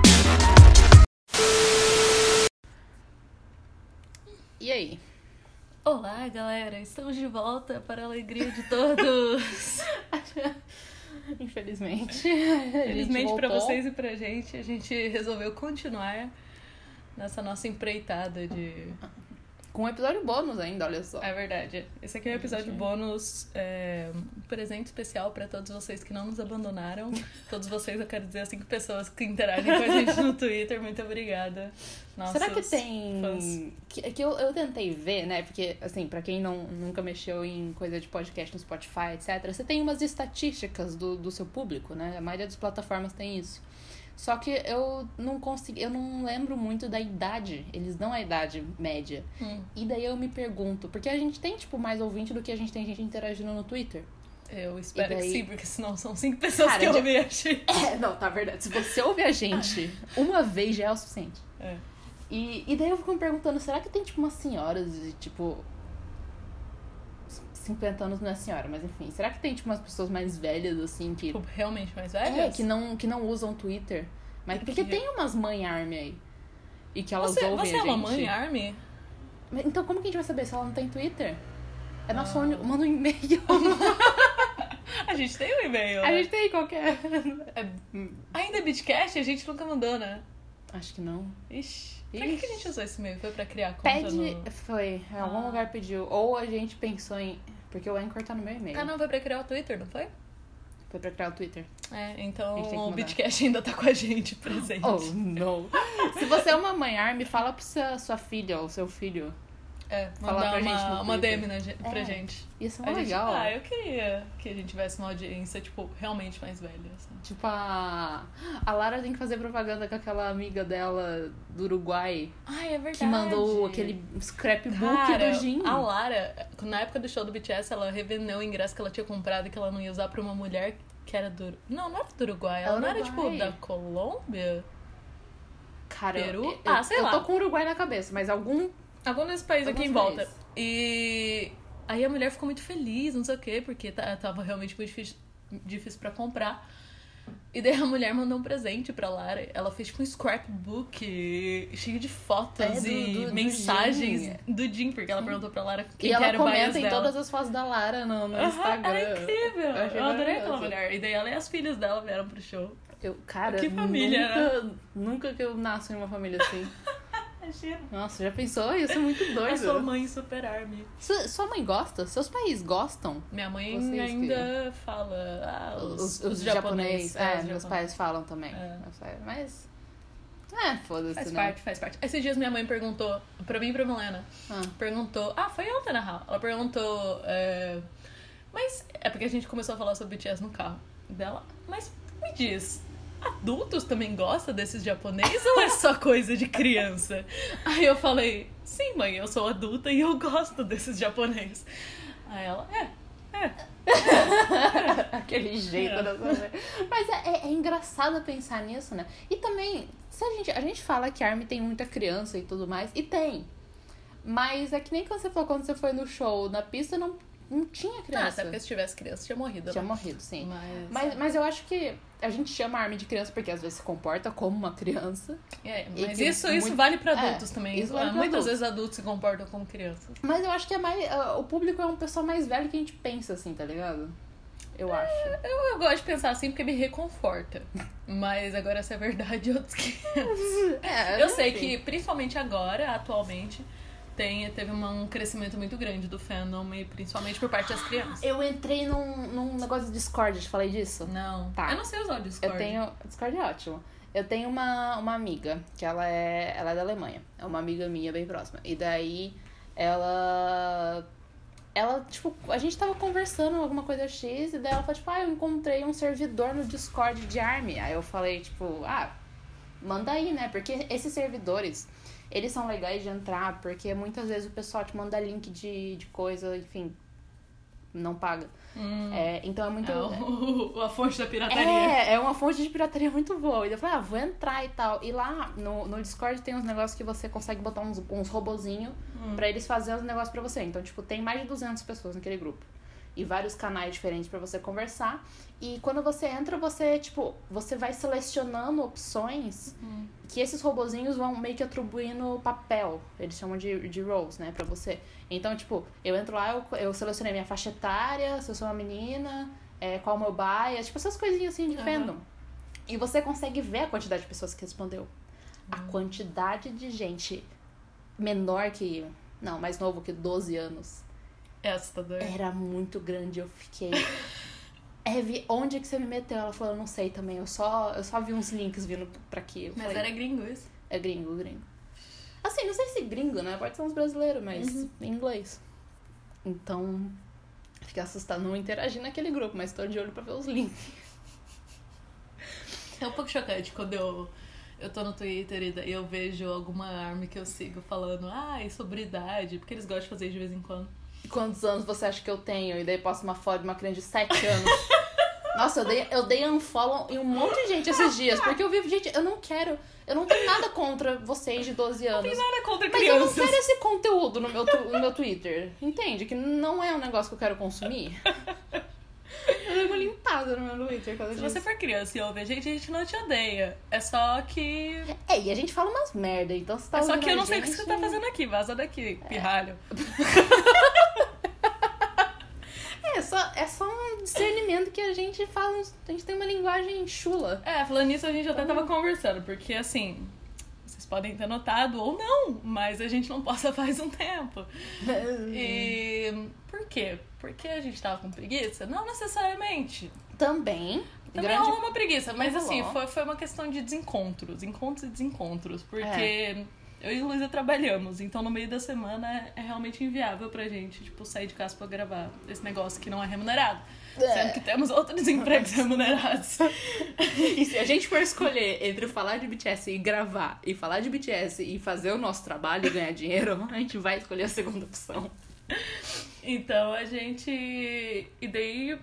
Olá, galera! Estamos de volta para a alegria de todos! Infelizmente. Infelizmente Felizmente para vocês e pra gente, a gente resolveu continuar nessa nossa empreitada de. Com um episódio bônus ainda, olha só. É verdade. Esse aqui é um episódio Gente. bônus, é, um presente especial para todos vocês que não nos abandonaram. Todos vocês, eu quero dizer, as cinco pessoas que interagem com a gente no Twitter. Muito obrigada. Será que Nossos tem. fãs. Que, é que eu, eu tentei ver, né? Porque, assim, pra quem não, nunca mexeu em coisa de podcast no Spotify, etc., você tem umas estatísticas do, do seu público, né? A maioria das plataformas tem isso. Só que eu não consegui, eu não lembro muito da idade. Eles dão a idade média. Hum, E daí eu me pergunto, porque a gente tem, tipo, mais ouvinte do que a gente tem gente interagindo no Twitter. eu espero E que daí? sim, porque senão são cinco pessoas Cara, que eu já- ouvi a gente. É, não, tá verdade. Se você ouve a gente uma vez já é o suficiente. É. E, e daí eu fico me perguntando, será que tem tipo umas senhoras de tipo. 50 anos não é senhora, mas enfim. Será que tem tipo umas pessoas mais velhas assim que. Tipo, realmente mais É, velhas? que não, que não usam Twitter? Mas E porque que- tem umas mãe arme aí. E que elas Você, ouvem você a é uma gente. mãe Army? Mas Então como que a gente vai saber se ela não tem Twitter? É nosso Ah. único. Manda um e-mail. A gente tem um e-mail. a né? gente tem qualquer. É- Ainda é Bitcast? A gente nunca mandou, né? Acho que não. Ixi. Pra que, que a gente usou esse e-mail? Foi pra criar conta Pede. no... Foi, em algum Ah. lugar pediu. Ou a gente pensou em. Porque o Anchor tá no meu e-mail. Ah, não, foi pra criar o Twitter, não foi? Foi pra criar o Twitter. É, A gente tem que então o mudar. Bitcast ainda tá com a gente presente. Oh, não. Se você é uma mãe arme, fala pra sua, sua filha ou seu filho. É, Falar mandar pra gente uma, no uma Twitter. DM na gen- pra É. gente. Isso é A mó gente- legal. Ah, eu queria que a gente tivesse uma audiência, tipo, realmente mais velha. assim. Tipo, a... a Lara tem que fazer propaganda com aquela amiga dela do Uruguai Ai, é verdade. que mandou aquele scrapbook Cara, do Jim. a Lara, na época do show do BTS, ela revendeu o ingresso que ela tinha comprado e que ela não ia usar pra uma mulher que era do... Não, não era do Uruguai. Ela não era, tipo, Uruguai. da Colômbia? Cara, eu- Peru? Eu, Ah, sei eu lá. tô com o Uruguai na cabeça, mas algum. Algum desses países aqui em Alguns volta. países. E aí a mulher ficou muito feliz, não sei o quê, porque ta- tava realmente muito difícil, difícil pra comprar. E daí a mulher mandou um presente pra Lara. Ela fez tipo um scrapbook cheio de fotos É, do- e do- do mensagens Jim. do Jim, porque ela perguntou pra Lara e quem que ela era o bias comenta em dela. todas as fotos da Lara no, no Aham, Instagram. Era incrível! Eu Eu, achei assim. adorei aquela maravilhoso. mulher. E daí ela e as filhas dela vieram pro show. Eu, cara, Que família, nunca, nunca que eu nasço em uma família assim. Achei Nossa, já pensou? Isso é muito a sua doido. mãe super army. Su- Sua mãe gosta? Seus pais gostam? Minha mãe Vocês ainda fala. Ah, os, Os, os, os japoneses. japoneses. É, os meus japoneses. pais falam também. É. Meus pais- Mas. É, Faz foda-se, né? parte, faz parte. Esses dias minha mãe perguntou, pra mim e pra Milena, Ah, perguntou. Ah, foi ontem na real. Ela perguntou. é, mas. É porque a gente começou a falar sobre BTS no carro dela. Mas me diz. Adultos também gostam desses japoneses ou é só coisa de criança? Aí eu falei, sim, mãe, eu sou adulta e eu gosto desses japoneses. Aí ela, é, aquele jeito É. da sua mãe. Mas é, é- é engraçado pensar nisso, né? E também, se a gente, a gente fala que a Army tem muita criança e tudo mais, e tem. Mas é que nem quando você falou quando você foi no show, na pista não, não tinha ah, criança. até porque se tivesse criança tinha morrido. Tinha né? morrido, sim. Mas, Mas, mas eu acho que a gente chama a Armin de criança porque às vezes se comporta como uma criança. É, E mas que isso, isso muito- vale pra adultos é, também. isso vale Ah, pra Muitas adultos. vezes adultos se comportam como crianças. Mas eu acho que é mais, ah, o público é um pessoal mais velho que a gente pensa assim, tá ligado? Eu acho. Eu, eu gosto de pensar assim porque me reconforta. Mas agora se é verdade, eu desconheço. É, Eu sei enfim. que, principalmente agora, atualmente, tem, teve uma- um crescimento muito grande do fandom, e principalmente por parte das crianças. Eu entrei num, num negócio de Discord, eu te falei disso? Não. Tá. Eu não sei usar o Discord. Eu tenho. Discord é ótimo. Eu tenho uma, uma amiga, que ela é, ela é da Alemanha. É uma amiga minha bem próxima. E daí ela. Ela, tipo, a gente tava conversando alguma coisa X, e daí ela falou, tipo, ah, eu encontrei um servidor no Discord de Army. Aí eu falei, tipo, ah, manda aí, né? Porque esses servidores, eles são legais de entrar, porque muitas vezes o pessoal te manda link de, de coisa, enfim, não paga. Hum, É, então é muito. é o- a fonte da pirataria. É, é uma fonte de pirataria muito boa. E eu falei, ah, vou entrar e tal. E lá no, no Discord tem uns negócios que você consegue botar uns, uns robozinhos pra eles fazerem os negócios pra você. Então, tipo, tem mais de 200 pessoas naquele grupo. e vários canais diferentes pra você conversar. E quando você entra, você, tipo, você vai selecionando opções que esses robozinhos vão meio que atribuindo papel. Eles chamam de, de roles, né, pra você. Então, tipo, eu entro lá, eu, eu selecionei minha faixa etária, se eu sou uma menina, é, qual o meu bias, tipo, essas coisinhas assim de Aham. fandom. E você consegue ver a quantidade de pessoas que respondeu. A Hum. quantidade de gente menor que. Não, mais novo que 12 anos. É assustador. Era muito grande, eu fiquei. Eve, onde é que você me meteu? Ela falou, eu não sei também, eu só, eu só vi uns links vindo pra aqui. Eu Mas falei, era gringo isso. É gringo, gringo. Assim, não sei se gringo, né? Pode ser uns brasileiros, mas Uhum. em inglês. Então, fiquei assustada. Não interagi naquele grupo, mas tô de olho pra ver os links. É um pouco chocante quando eu, eu tô no Twitter e daí eu vejo alguma arma que eu sigo falando, ah, e sobre idade, porque eles gostam de fazer isso de vez em quando. Quantos anos você acha que eu tenho? E daí posta uma foto de uma criança de 7 anos. Nossa, eu dei, eu dei unfollow em um monte de gente esses dias. Porque eu vivo, gente, eu não quero. Eu não tenho nada contra vocês de 12 anos. Nada contra Mas eu não crianças. quero esse conteúdo no meu, tu- no meu Twitter. Entende? Que não é um negócio que eu quero consumir. Eu dei uma limpada no meu Twitter quando Se eu você for criança e ouve a gente, a gente não te odeia. É só que. É, e a gente fala umas merda, então você tá é só ouvindo que eu não a sei o que gente- você tá fazendo aqui. Vaza daqui, pirralho. É só, é só um discernimento que a gente fala. uns- A gente tem uma linguagem chula. É, falando nisso, a gente até Uhum. tava conversando, porque assim. Vocês podem ter notado ou não, mas a gente não possa faz um tempo. E Uhum. por quê? Porque a gente tava com preguiça? Não necessariamente. Também. é Também grande... rolou uma preguiça, mas Rolou. assim, foi, foi uma questão de desencontros, encontros e desencontros, É. porque eu e Luísa trabalhamos, então no meio da semana é realmente inviável pra gente, tipo, sair de casa pra gravar esse negócio que não é remunerado. É. Sendo que temos outros empregos remunerados. E se a gente for escolher entre falar de BTS e gravar, e falar de BTS e fazer o nosso trabalho e ganhar dinheiro, a gente vai escolher a segunda opção. Então a gente. E daí.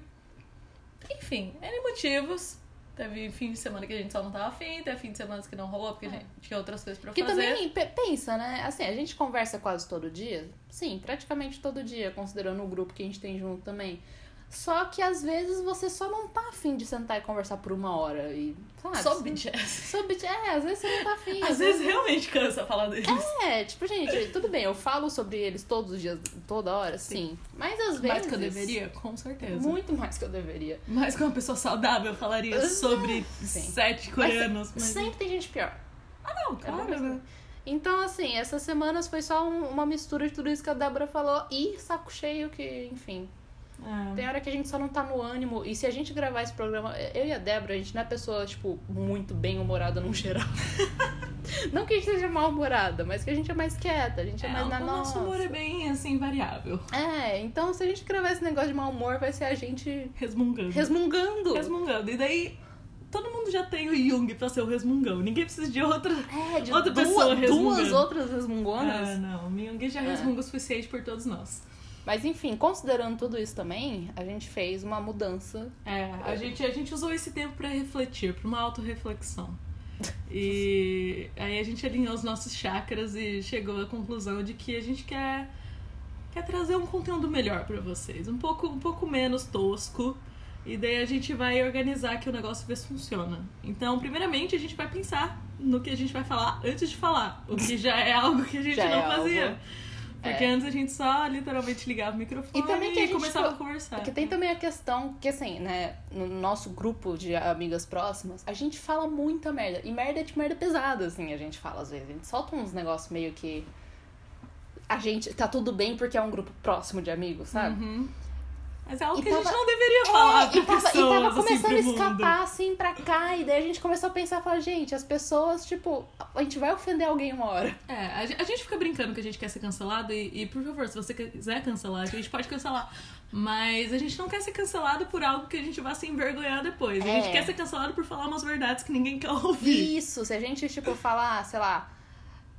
Enfim, N motivos. Teve fim de semana que a gente só não tava afim, teve fim de semana que não rolou, porque a gente tinha outras coisas pra É. Que fazer. também, pe- pensa, né? Assim, a gente conversa quase todo dia. Sim, praticamente todo dia, considerando o grupo que a gente tem junto também. Só que às vezes você só não tá afim de sentar e conversar por uma hora. E, sabe? Só BTS. Sobre É, às vezes você não tá afim. Às vezes realmente cansa falar deles. É, tipo, gente, tudo bem, eu falo sobre eles todos os dias, toda hora, sim. Mas às vezes. Mais que eu deveria? Com certeza. Muito mais que eu deveria. Mais que uma pessoa saudável falaria Sim. sobre sete coreanos. Mas... Sempre tem gente pior. É Ah, não, claro. né? Então, assim, essas semanas foi só um- uma mistura de tudo isso que a Débora falou e saco cheio que, enfim. Ah. Tem hora que a gente só não tá no ânimo. E se a gente gravar esse programa, eu e a Débora, a gente não é pessoa, tipo, muito bem-humorada num geral. não que a gente seja mal-humorada, mas que a gente é mais quieta, a gente é, É, mais o na nosso nossa. humor é bem, assim, variável. É, então se a gente gravar esse negócio de mau humor, vai ser a gente Resmungando. resmungando. Resmungando. E daí, todo mundo já tem o Jung pra ser o resmungão. Ninguém precisa de outra... É, de Outra duas, pessoa duas resmungando. outras Ah, resmungonas. não. O Jung já É. resmunga o suficiente por todos nós. Mas enfim, considerando tudo isso também, a gente fez uma mudança. É, a gente, a gente usou esse tempo pra refletir, pra uma autorreflexão. E aí a gente alinhou os nossos chakras e chegou à conclusão de que a gente quer, quer trazer um conteúdo melhor pra vocês, um pouco, um pouco menos tosco. E daí a gente vai organizar aqui o negócio e ver se funciona. Então, primeiramente, a gente vai pensar no que a gente vai falar antes de falar, o que já é algo que a gente Já não é algo. fazia. Porque É. antes a gente só literalmente ligava o microfone e, também que a gente começava co- a conversar. Porque tem também a questão que, assim, né, no nosso grupo de amigas próximas, a gente fala muita merda. E merda é tipo merda pesada, assim, a gente fala às vezes. A gente solta uns negócios meio que. A gente tá tudo bem porque é um grupo próximo de amigos, sabe? Uhum. Mas é algo E que a gente tava- não deveria É, falar e pra tava, e pessoas, tava assim, começando pro a mundo. escapar assim pra cá, e daí a gente começou a pensar, falar, gente, as pessoas, tipo, a gente vai ofender alguém uma hora. É, a gen- a gente fica brincando que a gente quer ser cancelado e, e, por favor, se você quiser cancelar, a gente pode cancelar. Mas a gente não quer ser cancelado por algo que a gente vá se envergonhar depois. A gente É. quer ser cancelado por falar umas verdades que ninguém quer ouvir. Isso, se a gente, tipo, falar, sei lá,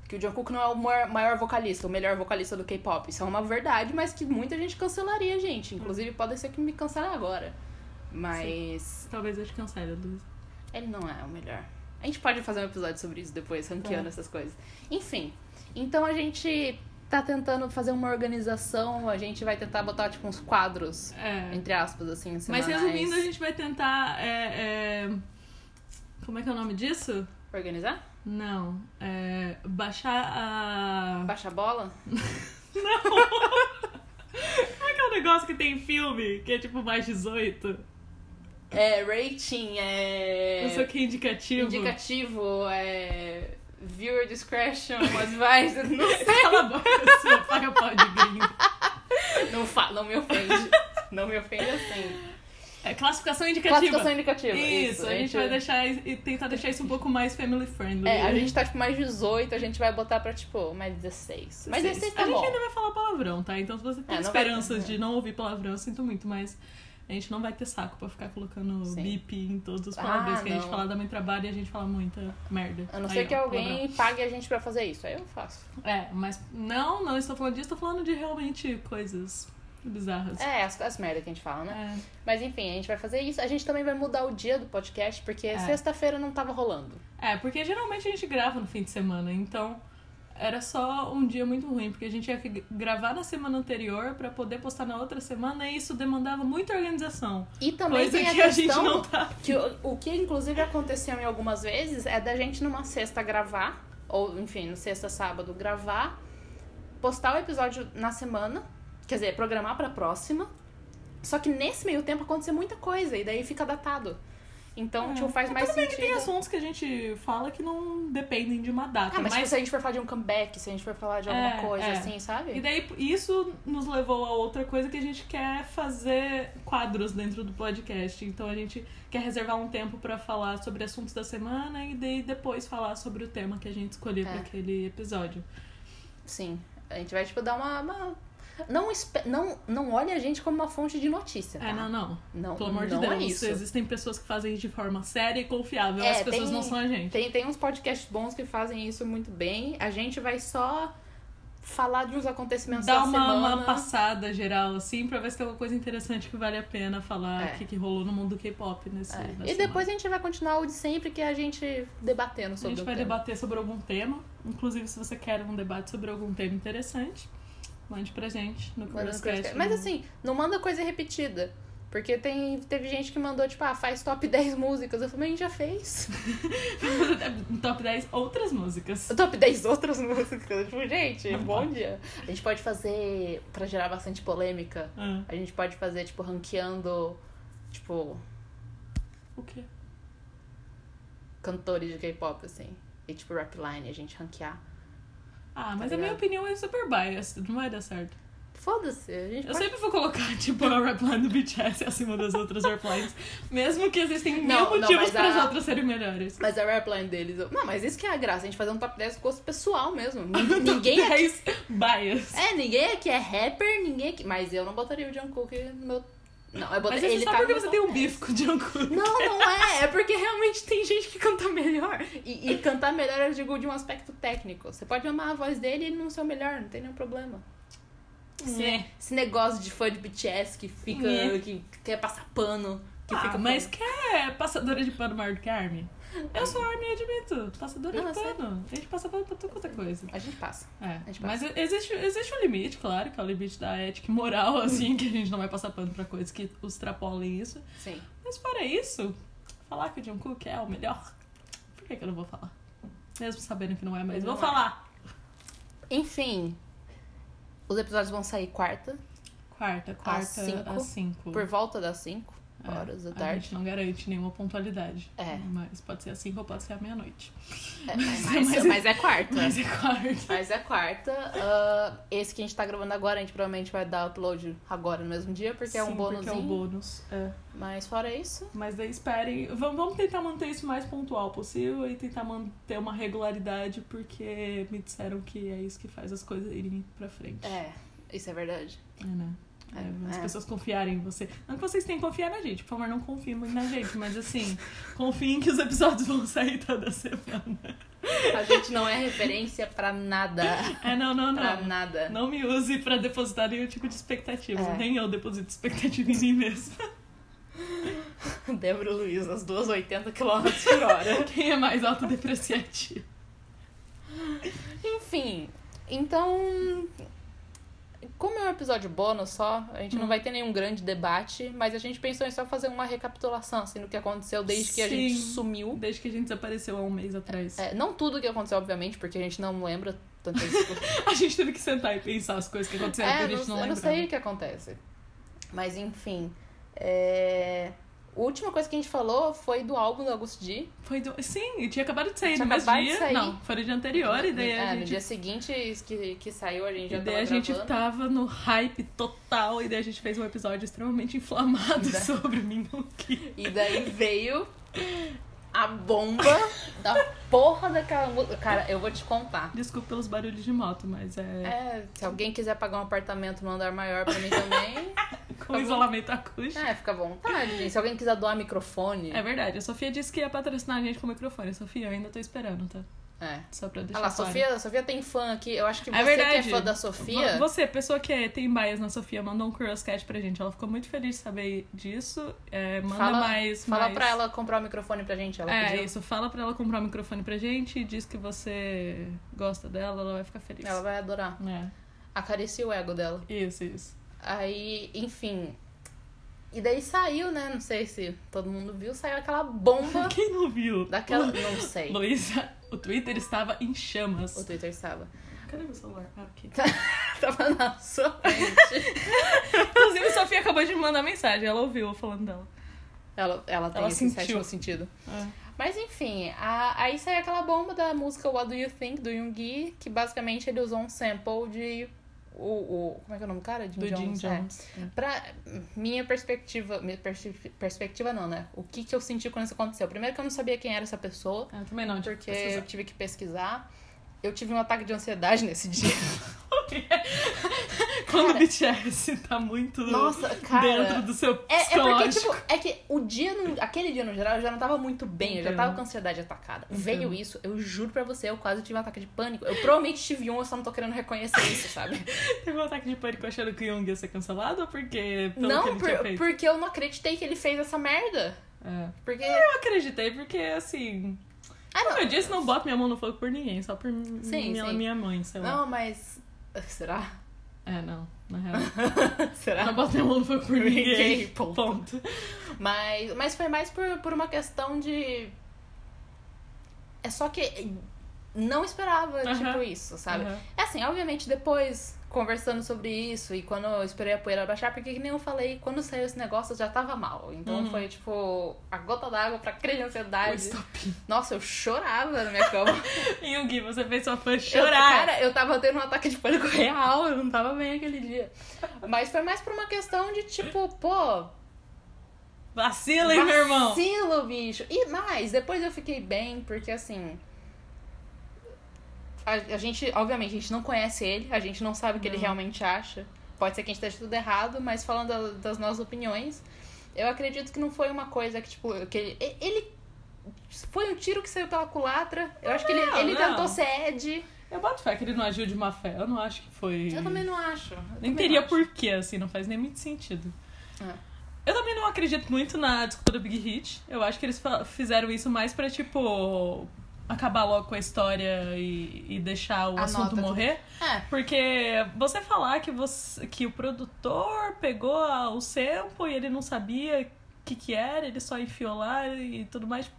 que o Jungkook não é o maior, maior vocalista, o melhor vocalista do K-pop. Isso é uma verdade, mas que muita gente cancelaria, gente. Inclusive, pode ser que me cancelem agora. Mas Talvez eu é te cancele, Luiz. ele não é o melhor. É. A gente pode fazer um episódio sobre isso depois, ranqueando Tá. essas coisas. Enfim, então a gente tá tentando fazer uma organização, a gente vai tentar botar, tipo, uns quadros, É. entre aspas, assim, Mas semanais. resumindo, a gente vai tentar. é, é, Como é que é o nome disso? Organizar? Não. É... Baixar a. Baixa a bola? Como é que é o negócio que tem em filme? Que é tipo mais 18? É, rating, é... Não sei o que é indicativo. Indicativo, é... Viewer discretion, advised, não sei. Cala a boca sua, paga pau de gringo. Não, fa... não me ofende. Não me ofende assim. É classificação indicativa. Classificação indicativa. Isso, a gente vai deixar e tentar deixar isso um pouco mais family friendly. É, a gente tá tipo mais 18, a gente vai botar pra tipo mais 16. Mas 16 tá A gente bom. ainda vai falar palavrão, tá? Então se você tem É, não vai- esperanças de não ouvir palavrão, eu sinto muito, mas a gente não vai ter saco pra ficar colocando Sim. bip em todos os Ah, palavrões que a gente não. fala dá muito trabalho e a gente fala muita merda. A não Aí, ser que ó, tá alguém pague a gente pra fazer isso. Aí eu faço. palavrão. É, mas não, não estou falando disso, estou falando de realmente coisas bizarras. É, as, as merdas que a gente fala, né? É. Mas enfim, a gente vai fazer isso. A gente também vai mudar o dia do podcast, porque É. sexta-feira não tava rolando. É, porque geralmente a gente grava no fim de semana, então era só um dia muito ruim, porque a gente ia que gravar na semana anterior pra poder postar na outra semana e isso demandava muita organização. E também coisa tem a que a, gente questão não tá. que o, o que inclusive aconteceu em algumas vezes é da gente numa sexta gravar, ou enfim, no sexta, sábado gravar, postar o episódio na semana, quer dizer, programar pra próxima. Só que nesse meio tempo aconteceu muita coisa e daí fica datado. Então, É. tipo, faz mais Tudo bem que sentido. tem assuntos que a gente fala que não dependem de uma data, Ah, mas, tipo, se a gente for falar de um comeback, se a gente for falar de alguma É, coisa é. assim, E sabe? daí isso nos levou a outra coisa que a gente quer fazer quadros dentro do podcast. Então a gente quer reservar um tempo pra falar sobre assuntos da semana e daí depois falar sobre o tema que a gente escolheu pra É. aquele episódio. Sim. A gente vai, tipo, dar uma. uma- Não, espe- não, não olhe a gente como uma fonte de notícia. Tá? É, não, não. não, Pelo amor de não Deus, é isso. existem pessoas que fazem isso de forma séria e confiável. É, As pessoas tem- não são a gente. Tem, tem uns podcasts bons que fazem isso muito bem. A gente vai só falar de uns acontecimentos Dá da uma, semana. uma passada geral, assim, pra ver se tem alguma coisa interessante que vale a pena falar É. o que, que rolou no mundo do K-pop nesse. É. nessa E depois a gente vai continuar o de sempre, que é a gente debatendo assim. sobre A gente o vai tema. debater sobre algum tema. Inclusive, se você quer um debate sobre algum tema interessante, mande pra gente no Mandando coisa que- Curioscast. Mas assim, não manda coisa repetida. Porque tem, teve gente que mandou, tipo, ah, faz top 10 músicas. Eu falei, mas a gente já fez. É, No top 10 outras músicas. top 10 outras músicas. Tipo, gente, bom dia. A gente pode fazer, pra gerar bastante polêmica, Ah, a gente pode fazer, tipo, ranqueando, tipo, o quê? cantores de K-pop, assim. E tipo, rap line, a gente ranquear. Ah, mas a ligado? minha opinião é super biased, não vai dar certo. Foda-se, a gente Eu pode... sempre vou colocar, tipo, a repline do BTS acima das outras replines. mesmo que existem mil Não, não, motivos mas para as a- outras serem melhores. Mas a rap line deles... eu- Não, mas isso que é a graça, a gente fazer um top 10 gosto pessoal mesmo. Nin- Ninguém aqui... 10 bias. É, ninguém aqui é rapper, ninguém aqui... Mas eu não botaria o Jungkook no meu... Não, eu botaria... Mas isso ele só tá porque no você meu tem um top 10. bife com o Jungkook. Não, não é. É porque realmente tem gente que canta melhor. E, e cantar melhor, eu digo, de um aspecto técnico. Você pode amar a voz dele e ele não ser o melhor, não tem nenhum problema. Esse, Né. esse negócio de fã de BTS que fica. Né. que quer passar pano. Que Ah, fica mas quer passadora de pano maior do que a Armin? Eu sou a Armin, eu admito. Passadora Não, de eu sei. pano. A gente passa pano pra tudo quanto é coisa. A gente passa. É. gente Mas existe, existe um limite, claro, que é o limite da ética e moral, assim, que a gente não vai passar pano pra coisas que extrapolem isso. Sim. Mas fora isso, falar que o Jungkook é o melhor, por que, que eu não vou falar? Mesmo sabendo que não é, mas Não vou é. falar. Enfim. Os episódios vão sair quarta, Quarta, quarta às cinco. cinco. Hum. por volta das 5 É, horas da A tarde. gente não garante nenhuma pontualidade. É. Mas pode ser às cinco ou pode ser à meia-noite. É, mas- mas, mas é quarta. Mas é quarta. Mas é quarta. ah, esse que a gente tá gravando agora, a gente provavelmente vai dar upload agora no mesmo dia, porque é Sim, um Porque é um bônusinho. bônus. É. Mas fora isso, Mas daí esperem. Vamos, vamos tentar manter isso o mais pontual possível e tentar manter uma regularidade, porque me disseram que é isso que faz as coisas irem pra frente. é, isso é verdade. É, né? É, as É. pessoas confiarem em você. Não que vocês tenham que confiar na gente, por favor, não confiem muito na gente, mas assim, confiem que os episódios vão sair toda semana. A gente não é referência pra nada. É, não, não, Pra não. nada. Não me use pra depositar nenhum tipo de expectativa. É. Nem eu deposito expectativa em mim mesma. Débora Luiz, as duas 80 km por hora. Quem é mais autodepreciativo? Enfim, Então, como é um episódio bônus só, a gente Hum. não vai ter nenhum grande debate, mas a gente pensou em só fazer uma recapitulação, assim, do que aconteceu desde que a gente Sim. sumiu. Desde que a gente desapareceu há um mês atrás. É, não tudo que aconteceu, obviamente, porque a gente não lembra tantas coisas. A gente teve que sentar e pensar as coisas que aconteceram, É, porque a gente não- não né? eu não lembrava. sei o que acontece. Mas enfim. É... A última coisa que a gente falou foi do álbum do Augusto D. Foi do... Sim, e tinha acabado de sair Tinha no mesmo acabado de dia. sair. Não, foi no dia anterior, e daí É, a No gente. dia seguinte que, que saiu, a gente já e tava daí a gente gravando. tava no hype total, e daí a gente fez um episódio extremamente inflamado Da- sobre Minuki. E daí veio a bomba da porra daquela música. Cara, eu vou te contar. Desculpa pelos barulhos de moto, mas é. É, se alguém quiser pagar um apartamento no andar maior pra mim também, com isolamento acústico. tá é, fica à vontade. gente. Se alguém quiser doar microfone, É verdade, a Sofia disse que ia patrocinar a gente com o microfone. Sofia, eu ainda tô esperando, tá? é. Só pra deixar Olha lá, claro. Sofia, Sofia tem fã aqui. Eu acho que você que é fã da Sofia. Vo- Você, pessoa que é- tem bias na Sofia, mandou um Curious Cat pra gente. Ela ficou muito feliz de saber disso. É, manda fala, mais. Fala mais... pra ela comprar o microfone pra gente. Ela É pediu. isso, fala pra ela comprar o microfone pra gente, diz que você gosta dela, ela vai ficar feliz. Ela vai adorar. Acaricia o ego dela. É, isso, isso. Aí, enfim. E daí saiu, né? Não sei se todo mundo viu, saiu aquela bomba Quem não viu? daquela. Não sei. Luísa, o Twitter estava em O chamas. Twitter estava. Cadê meu celular? Ah, aqui. Tá. Tava na sua frente. Inclusive, Sofia acabou de me mandar mensagem, ela ouviu eu falando dela. Ela, ela tem Ela esse sentiu. sétimo sentido. É. Mas enfim, a- aí saiu aquela bomba da música What Do You Think, do Yoongi, que basicamente ele usou um sample de. O, o, como é que é o nome do cara? Jim Do Jim Jones. é. Jones. É. Pra minha perspectiva, minha persi- perspectiva não, né? O que, que eu senti quando isso aconteceu? Primeiro que eu não sabia quem era essa pessoa, Eu É, também não, porque eu pesquisar. tive que pesquisar. Eu tive um ataque de ansiedade nesse dia. Quando o BTS tá muito Nossa, cara. dentro do seu É, é porque, psicológico. tipo, é que o dia, no- aquele dia no geral, eu já não tava muito bem, eu já Entendo. tava com ansiedade atacada. Entendo. Veio isso, eu juro pra você, eu quase tive um ataque de pânico. Eu provavelmente tive um, eu só não tô querendo reconhecer isso, sabe? Teve um ataque de pânico achando que o Young ia ser cancelado ou porque pelo que não, ele tinha por- feito? porque eu não acreditei que ele fez essa merda. É. Porque. Eu acreditei porque, assim... Ah, Como não. eu disse, não boto minha mão no fogo por ninguém, só por m- Sim, minha, sim. minha mãe, sei lá. Não, mas. Será? É, não, na real. Eu Será? não boto minha mão no fogo por ninguém, Ninguém, ponto. ponto. Mas, mas foi mais por, por uma questão de. É só que não esperava, Aham. tipo, isso, sabe? Aham. É assim, obviamente, depois conversando sobre isso e quando eu esperei a poeira baixar, porque que nem eu falei, quando saiu esse negócio eu já tava mal. Então Uhum. foi tipo a gota d'água pra crer de Foi ansiedade. stop. Nossa, eu chorava na minha cama. Young, você fez sua fã Eu- chorar. cara, eu tava tendo um ataque de pânico real, eu não tava bem aquele dia. Mas foi mais por uma questão de tipo, pô, Vacila, hein, meu irmão? Vacilo, bicho. E mais, depois eu fiquei bem, porque assim. A, a gente, obviamente, a gente não conhece ele, a gente não sabe o que ele Não. realmente acha. Pode ser que a gente esteja tudo errado, mas falando da- das nossas opiniões, eu acredito que não foi uma coisa que, tipo, que ele. e- ele foi um tiro que saiu pela culatra. Eu acho que ele, Não, ele não. tentou ser Ed. Eu boto fé que ele não agiu de má fé, eu não acho que foi... Eu também não acho. Eu Nem também teria não acho. Ah. porquê, assim, não faz nem muito sentido. Eu também não acredito muito na desculpa do Big Hit. Eu acho que eles fa- fizeram isso mais pra, tipo, acabar logo com a história e, e deixar o A assunto nota que- morrer. É. Porque você falar que, você, que o produtor pegou a- o sample e ele não sabia o que, que era, ele só enfiou lá e tudo mais.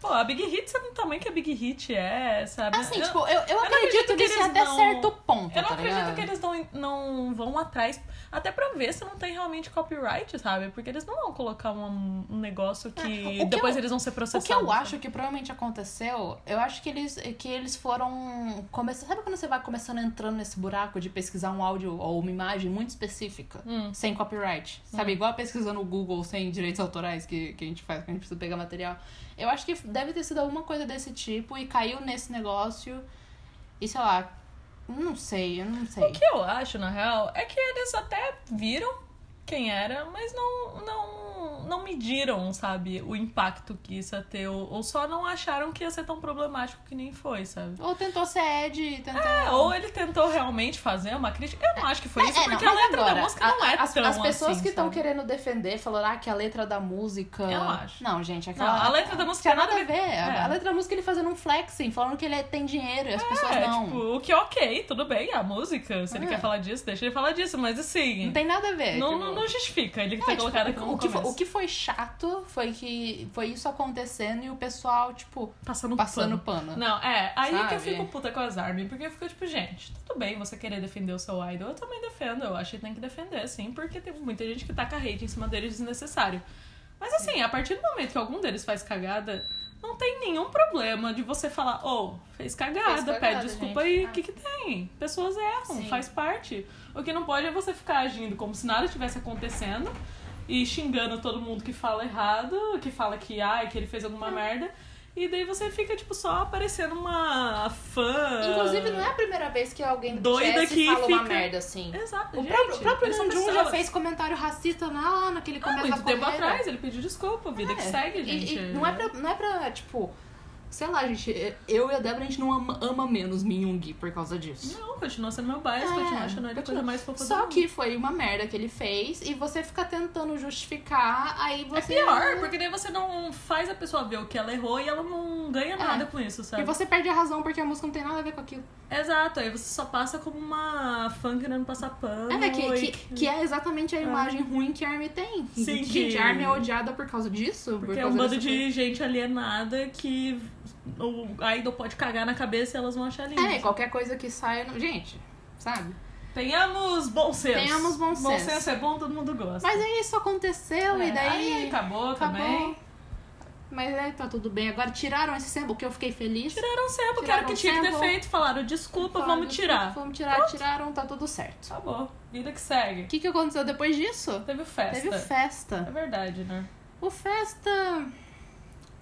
Pô, a Big Hit sabe o tamanho que a Big Hit é, sabe? Assim, Eu- tipo, eu, eu, não acredito acredito que nisso eles até não- certo ponto. eu não tá acredito ligado? que eles não, não vão atrás, até pra ver se não tem realmente copyright, sabe? Porque eles não vão colocar um, um negócio É, o que que depois eu- eles vão ser O processados. que eu acho que provavelmente aconteceu, eu acho que eles, que eles foram. Começar, sabe quando você vai começando entrando nesse buraco de pesquisar um áudio ou uma imagem muito específica, Hum. sem copyright? Sabe? Igual pesquisando no Google sem direitos autorais que, que a gente faz, que a gente precisa pegar material. Eu acho que deve ter sido alguma coisa desse tipo e caiu nesse negócio e sei lá. Não sei, eu não sei. O que eu acho, na real, é que eles até viram quem era, mas não, não, não mediram, sabe, o impacto que isso ia ter, ou, ou só não acharam que ia ser tão problemático que nem foi, sabe? Ou tentou ser Ed, tentou. É, ou ele tentou realmente fazer uma crítica. Eu não acho que foi isso, É, não, porque mas a letra agora, da música não é a- as, tão As pessoas assim, que estão sabe? querendo defender falaram ah, que a letra da música. Eu acho. Não, gente, aquela. Não, a letra da música tinha tem nada a ver. É. A letra da música ele fazendo um flexing, falando que ele tem dinheiro e as pessoas É, Ah, não. tipo, o que é ok, tudo bem, a música, se ele É. quer falar disso, deixa ele falar disso, mas assim, Não tem nada a ver. não, tipo. não, não justifica ele É, ter tipo, colocado o- como o, que foi, começo. o que foi chato foi que foi isso acontecendo e o pessoal, tipo, Passando, passando passando pano. Não, é, aí que Sabe? eu fico puta com as ARMY, porque eu fico tipo, gente, tudo bem você querer defender o seu idol, eu também defendo, eu acho que tem que defender, sim, porque tem muita gente que taca hate em cima deles desnecessário. Mas assim, a partir do momento que algum deles faz cagada, não tem nenhum problema de você falar, oh, fez cagada, Fez cagada, pede desculpa gente." aí, o Ah. que que tem? Pessoas erram, Sim. faz parte. O que não pode é você ficar agindo como se nada estivesse acontecendo e xingando todo mundo que fala errado, que fala que, ai, que ele fez É. alguma merda. E daí você fica, tipo, só parecendo uma fã. Inclusive, não é a primeira vez que alguém do Doida BTS que fala uma fica- merda assim. Exato, O gente, próprio, o próprio eles Nam são June já pessoas. fez comentário racista lá naquele Há começo muito da tempo carreira. atrás, ele pediu desculpa, vida que É. segue, E- gente. E, não, é pra, não é pra, tipo... Sei lá, gente, eu e a Débora, a gente não ama, ama menos Minhyung por causa disso. Não, continua sendo meu bias, É, continua achando ele a continua. coisa mais fofa do Só mundo. que foi uma merda que ele fez e você fica tentando justificar, aí É você... pior, porque daí você não faz a pessoa ver o que ela errou e ela não ganha É. nada com isso, E sabe? você perde a razão porque a música não tem nada a ver com aquilo. Exato, aí você só passa como uma fã querendo passar pano. É, que, e- que, que é exatamente a imagem ruim que a Army tem. Sim, que, que- a Army é odiada por causa disso. por Porque é causa um bando dessa de gente alienada que o idol pode cagar na cabeça e elas vão achar lindo. coisa. É, qualquer coisa que saia... no- Gente, sabe? Tenhamos bom senso. Tenhamos bom Bom senso. senso é bom, todo mundo gosta. Mas aí isso aconteceu É, e daí... aí acabou, acabou. também. Tá Mas aí tá tudo bem. Agora tiraram esse sample que eu fiquei feliz. Tiraram o sample, que Tiraram era o que o tinha que ter sample. feito. Falaram, desculpa, Falaram, vamos tirar. Vamos tirar, tiraram, tá tudo certo. Acabou. Vida que O segue. que, que aconteceu depois disso? Teve o festa. Teve o É festa. verdade, né? O festa.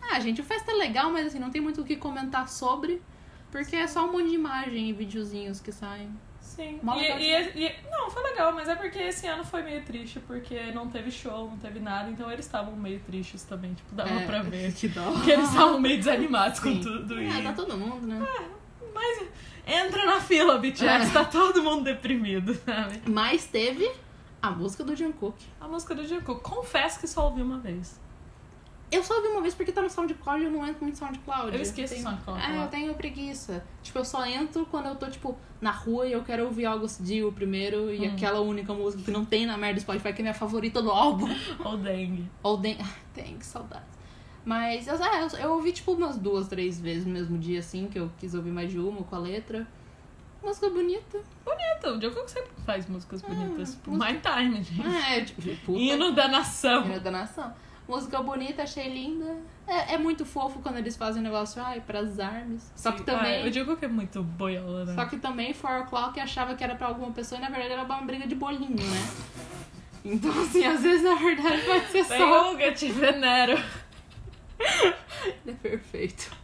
Ah, gente, o festa é legal, mas assim, não tem muito o que comentar sobre. Porque é só um monte de imagem e videozinhos que saem. Sim. Mó E, legal e- e- não, foi legal, mas é porque esse ano foi meio triste, porque não teve show, não teve nada, então eles estavam meio tristes também, tipo, dava É. pra ver. Que dó. Porque eles estavam meio desanimados Sim. com tudo. e- É, tá todo mundo, né? Mas entra na fila, BTS, tá todo mundo deprimido, sabe? Mas teve a música do Jungkook. A música do Jungkook, confesso que só ouvi uma vez. Eu só ouvi uma vez porque tá no SoundCloud e eu não entro muito no SoundCloud. Eu esqueço Tem- o SoundCloud Ah, lá. eu tenho preguiça. Tipo, eu só entro quando eu tô, tipo, na rua e eu quero ouvir August Dio primeiro e Hum. aquela única música que não tem na merda do Spotify, que é minha favorita do álbum. Ou dengue. Ou tem... ah, Tem, que saudade. Mas eu, é, eu- eu ouvi, tipo, umas duas, três vezes no mesmo dia, assim, que eu quis ouvir mais de uma com a letra. Música bonita. Então, o Jungkook sempre faz músicas bonitas. Tipo, música- My Time, gente. Ah, é, tipo, puta. Hino da nação. Hino da nação. Música bonita, achei linda. É, é muito fofo quando eles fazem o negócio, ai, pras armas. Só que também. Ah, o Jungkook é muito boiola, né? Só que também Four O'Clock achava que era pra alguma pessoa e na verdade era uma briga de bolinho, né? Então, assim, às vezes na verdade pode ser Tem só. um que te venero. É perfeito.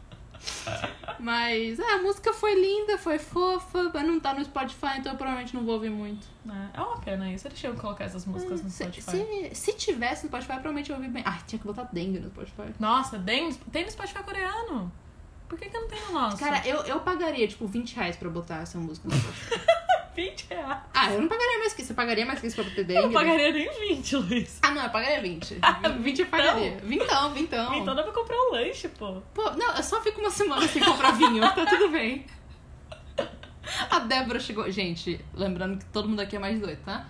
Mas é, a música foi linda, foi fofa, mas não tá no Spotify, então eu provavelmente não vou ouvir muito. É uma pena isso. Eles tinham que colocar essas músicas no Hum, Se, Spotify. se, se tivesse no Spotify, eu provavelmente eu ouvi bem. Ah, tinha que botar dengue no Spotify. Nossa, tem, tem no Spotify coreano. Por que, que não tem no nosso? Cara, eu, eu pagaria, tipo, 20 reais pra botar essa música no Spotify. 20 reais. ah, eu não pagaria mais que isso. Você pagaria mais que isso pra botar dengue? né? Eu não pagaria Ah, nem 20, Luiz. Ah, não, eu pagaria 20. 20 eu pagaria. Vintão, vintão. Então dá pra comprar um lanche, pô. Pô, não, eu só fico uma semana sem comprar vinho, tá tudo bem. A Débora chegou. Gente, lembrando que todo mundo aqui é mais de 18, tá?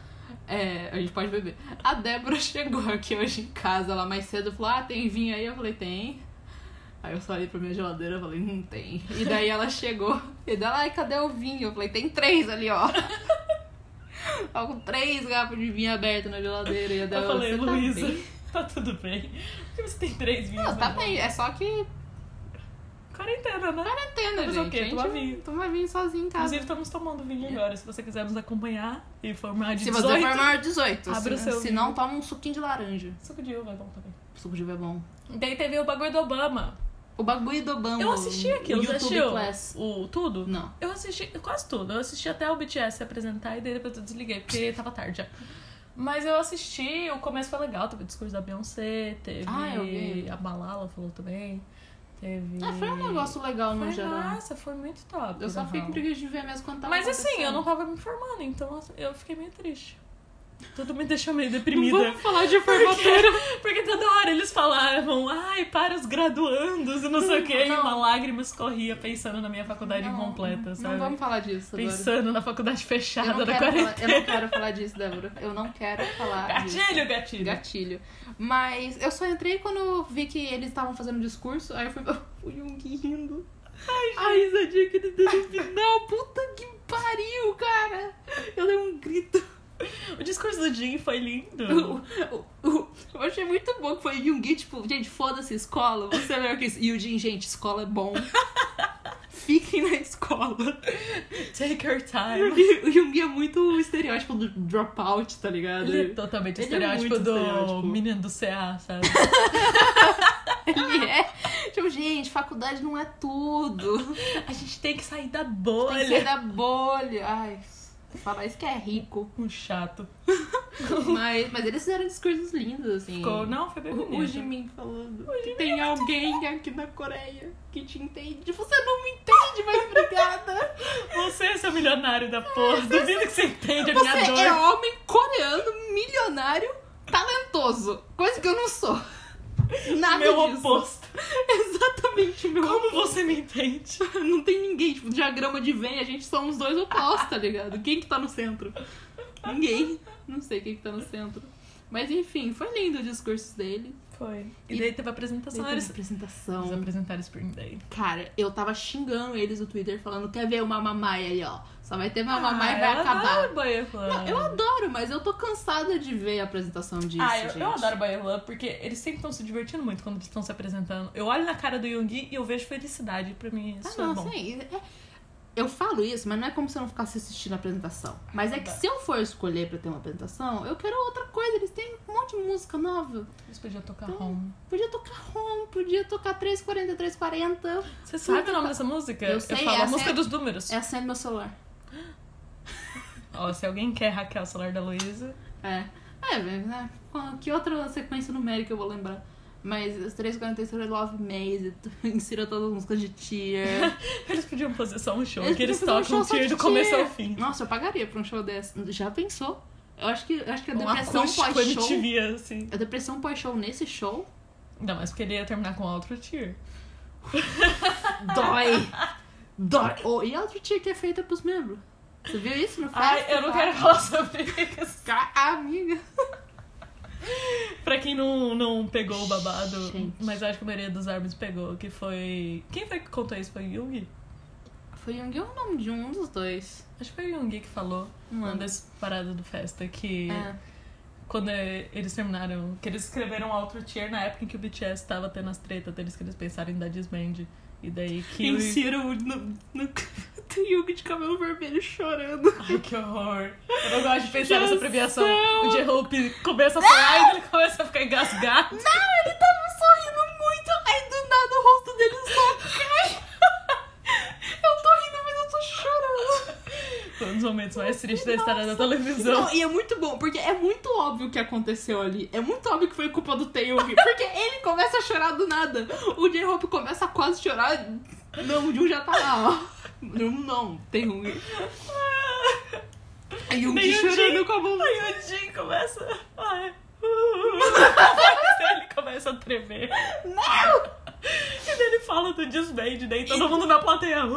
É, a gente pode beber. A Débora chegou aqui hoje em casa lá mais cedo falou: Ah, tem vinho aí? Eu falei: Tem. Aí eu só olhei pra minha geladeira e falei: Não tem. E daí ela chegou. E daí ela: Ai, cadê o vinho? Eu falei: Tem três ali, ó. Tava com três garrafas de vinho aberto na geladeira. E a Eu Débora: falei, "Você tá Luísa, bem?" tá, tudo bem. Por que você tem três vinhos? Não, tá né? bem. É só que Quarentena, né? quarentena, Fazer o gente. quê? A gente Tomar é um vinho. Tomar vinho sozinho em casa. Inclusive, estamos tomando vinho agora. Se você quiser nos acompanhar e formar de Se 18, você for maior de 18. Abre o se, seu se vinho. não, toma um suquinho de laranja. suco de uva é bom também. Suco de uva é bom. Daí teve o bagulho do Obama. O bagulho do Obama. Eu assisti aquilo, o você Um YouTube assistiu? Class. O tudo? Não. Eu assisti quase tudo. Eu assisti até o BTS se apresentar e daí depois eu desliguei, porque tava tarde já. Mas eu assisti, o começo foi legal, teve o discurso da Beyoncé, teve Ah, eu vi. a Malala falou também, teve... Ah, foi um negócio legal no Hum. Foi geral. massa, foi muito top. Eu só na fiquei com real. preguiça de ver mesmo quando tava Mas assim, eu acontecendo. não tava me informando, então assim, eu fiquei meio triste. Tudo me deixou meio deprimida. Vamos falar de formatura. Porque toda hora eles falavam, ai, para os graduandos e não sei o quê. E Não. uma lágrima escorria pensando na minha faculdade Não, incompleta, sabe? Não vamos falar disso agora. pensando na faculdade Eu fechada não, da quero quarentena. falar, eu não quero falar disso, Débora. Eu não quero falar disso. Gatilho, gatilho. Gatilho. Mas eu só entrei quando eu vi que eles estavam fazendo discurso, aí eu fui, eu fui um que rindo. A risadinha que eles deram no final, puta que pariu, cara! Eu dei um grito. O discurso do Jim foi Uhum. lindo. Eu, eu, eu achei muito bom que foi Yungi, tipo, gente, foda-se escola, você é melhor que isso. E o Jin, gente, escola é bom. Fiquem na escola. Take your time. Porque o Yungi é muito o estereótipo do dropout, tá ligado? Ele é totalmente Ele é estereótipo muito do estereótipo. menino do CA, sabe? Ele é. Tipo, gente, faculdade não é tudo. A gente tem que sair da Tem que sair bolha. da bolha. Ai, falar isso que é rico. Um chato. Mas, mas eles fizeram discursos lindos, assim. Ficou, não, foi bem O, bonito. o Jimin falando que tem alguém aqui na Coreia que te entende. Você não me entende, mas obrigada. Você, seu milionário da porra, duvido que você entende a minha dor. Você é homem coreano, milionário, talentoso. Coisa que eu não sou. Nada Meu disso. oposto. Exatamente, meu Como você me entende? Não tem ninguém, tipo, diagrama de Venn, a gente somos dois opostos, tá ligado? Quem que tá no centro? Ninguém. Não sei quem que tá no centro. Mas enfim, foi lindo o discurso dele. Foi. E, E- daí teve a Ele apresentação. teve Eles, eles apresentação. apresentaram Spring Day. Cara, eu tava xingando eles no Twitter, falando, quer ver uma mamãe ali, ó. Só vai ter uma mamãe e vai Ah, eu acabar. Adoro Boyer Club. Não, eu adoro, mas eu tô cansada de ver a apresentação disso, ah, eu, gente. eu adoro Boyer Club porque eles sempre estão se divertindo muito quando eles estão se apresentando. Eu olho na cara do Yoongi e eu vejo felicidade. Pra mim, Ah, isso é não, bom. sim. é- Eu falo isso, mas não é como se eu não ficasse assistindo a apresentação. Mas Tá. é que se eu for escolher pra ter uma apresentação, eu quero outra coisa. Eles têm um monte de música nova. Eles podiam tocar Então, home. Podia tocar Home, podia tocar 340, 340. Você sabe o nome dessa música? Eu sei, falo a essa música é- dos números. É acende meu celular. Ó, se alguém quer hackear o celular da Luísa, É. É, velho, né? Qual- Que outra sequência numérica eu vou lembrar? Mas os 343 é Love Maze, insira todas as músicas de Tear. eles podiam fazer só um show. Eles que eles podiam fazer um tocam um show só tier de do começo tier. ao fim. Nossa, eu pagaria pra um show desse. Já pensou? Eu acho que, eu acho que a Um depressão acústico pós-show. MTV, assim. A depressão pós-show nesse show Ainda mais porque ele ia terminar com outro tier. dói. dói. Oh, e a outra tia que é feita pros membros? Você viu isso no Ai, eu não quero falar sobre isso. Ca- Amiga. pra quem não, não pegou o babado, Gente. mas acho que a maioria dos árbitros pegou, que foi... Quem foi que contou isso? Foi o Jung? Foi Jung ou o nome de um dos dois? Acho que foi o Jung que falou Não uma lembro. das paradas do Festa, que É. quando é, eles terminaram, que eles escreveram Outro Tier na época em que o BTS tava tendo as tretas deles, que eles pensaram em dar desband. E daí que... o- o no, no... Tem Jung de cabelo vermelho chorando. Ai, que horror. Eu não gosto de pensar nessa Judiação. premiação. O J-Hope começa a falar e ele começa a ficar engasgado. Não, ele tava sorrindo muito, aí do nada o rosto dele só cai. Eu tô rindo, mas eu tô chorando. Foi um dos momentos mais tristes da história da televisão. Não, e é muito bom, porque é muito óbvio o que aconteceu ali. É muito óbvio que foi culpa do Taeyong. Porque ele começa a chorar do nada. O J-Hope começa a quase chorar. Não, o Jun já tá lá, ó. Não, não, Taeyong. Aí o Nem Jung o chorando Jung. com a mão. Aí Ah! o Jim começa. Ai. Mas ele começa a tremer. Não! E daí ele fala do desband, daí todo mundo na plateia. "Ah!"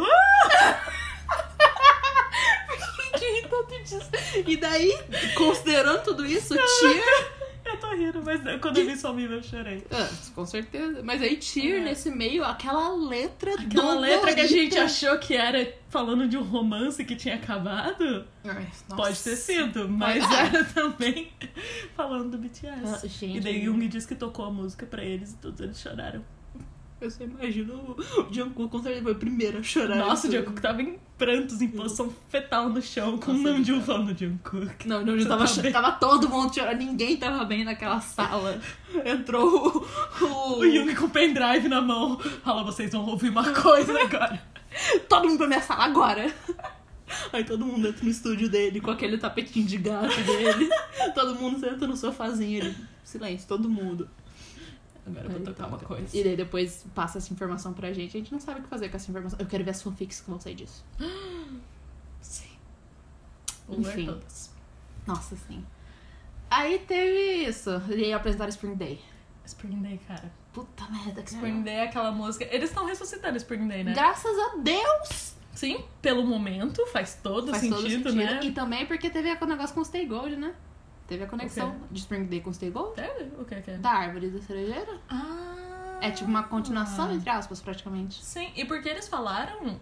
Que tanto disso. E daí, considerando tudo isso, Tyr. Eu tô rindo, mas quando eu vi sua mina eu chorei. Ah, com certeza. Mas aí, Tyr, É. nesse meio, aquela letra Aquela letra que a gente acha. achou que era falando de um romance que tinha acabado, pode ter sido, mas Pode- era também falando do Ah, BTS. gente, E daí Jung disse que tocou a música pra eles e todos eles choraram. eu só imagino o Jungkook com certeza foi o primeiro a chorar. Nossa, é o isso. Jungkook tava em prantos, em posição fetal no chão, com o Nossa, Namjoon gente. falando Jungkook. Não, não, Você já tava, tá cho- bem? tava todo mundo chorando, ninguém tava bem naquela sala. Entrou o. o- O Jung com o pendrive na mão. Fala, vocês vão ouvir uma coisa agora. Todo mundo pra minha sala agora. Aí todo mundo entra no estúdio dele com aquele tapetinho de gato dele. todo mundo senta no sofazinho ele. Silêncio, todo mundo. Agora eu vou Aí tocar tá. uma coisa. E daí depois passa essa informação pra gente. A gente não sabe o que fazer com essa informação. Eu quero ver as fanfics que vão sair disso. Sim. Vou ler Enfim. todas. Nossa, sim. Aí teve isso. E apresentaram Spring Day. Spring Day, cara. Puta merda, que Spring Spring Day é aquela música. Eles estão ressuscitando Spring Day, né? Graças a Deus! Sim, pelo momento, faz todo, Faz sentido, todo sentido. né? E também porque teve o negócio com o Stay Gold, né? Teve a conexão de Spring Day com o Stay Gold. Sério? O que é que é? Da árvore da cerejeira. Ah! tá. É tipo uma continuação, entre aspas, praticamente. Sim, e porque eles falaram.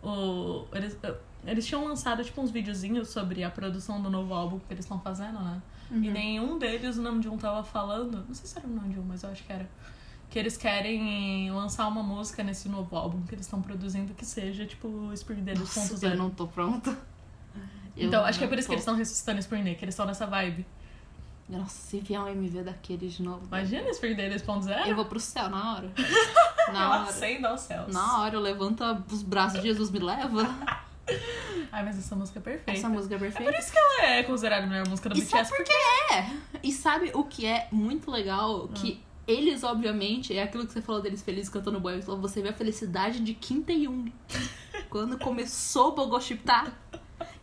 O... Eles, eh, eles tinham lançado tipo uns videozinhos sobre a produção do novo álbum que eles estão fazendo, né? Uhum. E nenhum deles, o nome de um tava falando. Não sei se era o nome de um, mas eu acho que era. Que eles querem lançar uma música nesse novo álbum que eles estão produzindo que seja, tipo, o Spring Day Nossa, 2.0. eu não tô pronta. Eu é. Então, acho que é não por isso tô. que eles estão ressuscitando Spring Day, que eles estão nessa vibe. Nossa, se vier um MV daqueles de novo. Imagina Spring Day 2.0. Eu vou pro céu na hora. Ela Na hora. acenda aos céus. Na hora eu levanto os braços, Jesus me leva. Ai, mas essa música é perfeita. Essa música é É por perfeita. isso que ela é considerada a melhor música do E sabe BTS. por que é? E sabe o que é muito legal? Que eles, obviamente, é aquilo que você falou deles felizes cantando Boy Love. Você vê a felicidade de Kim Tae-young. Quando começou o Bogoshipta,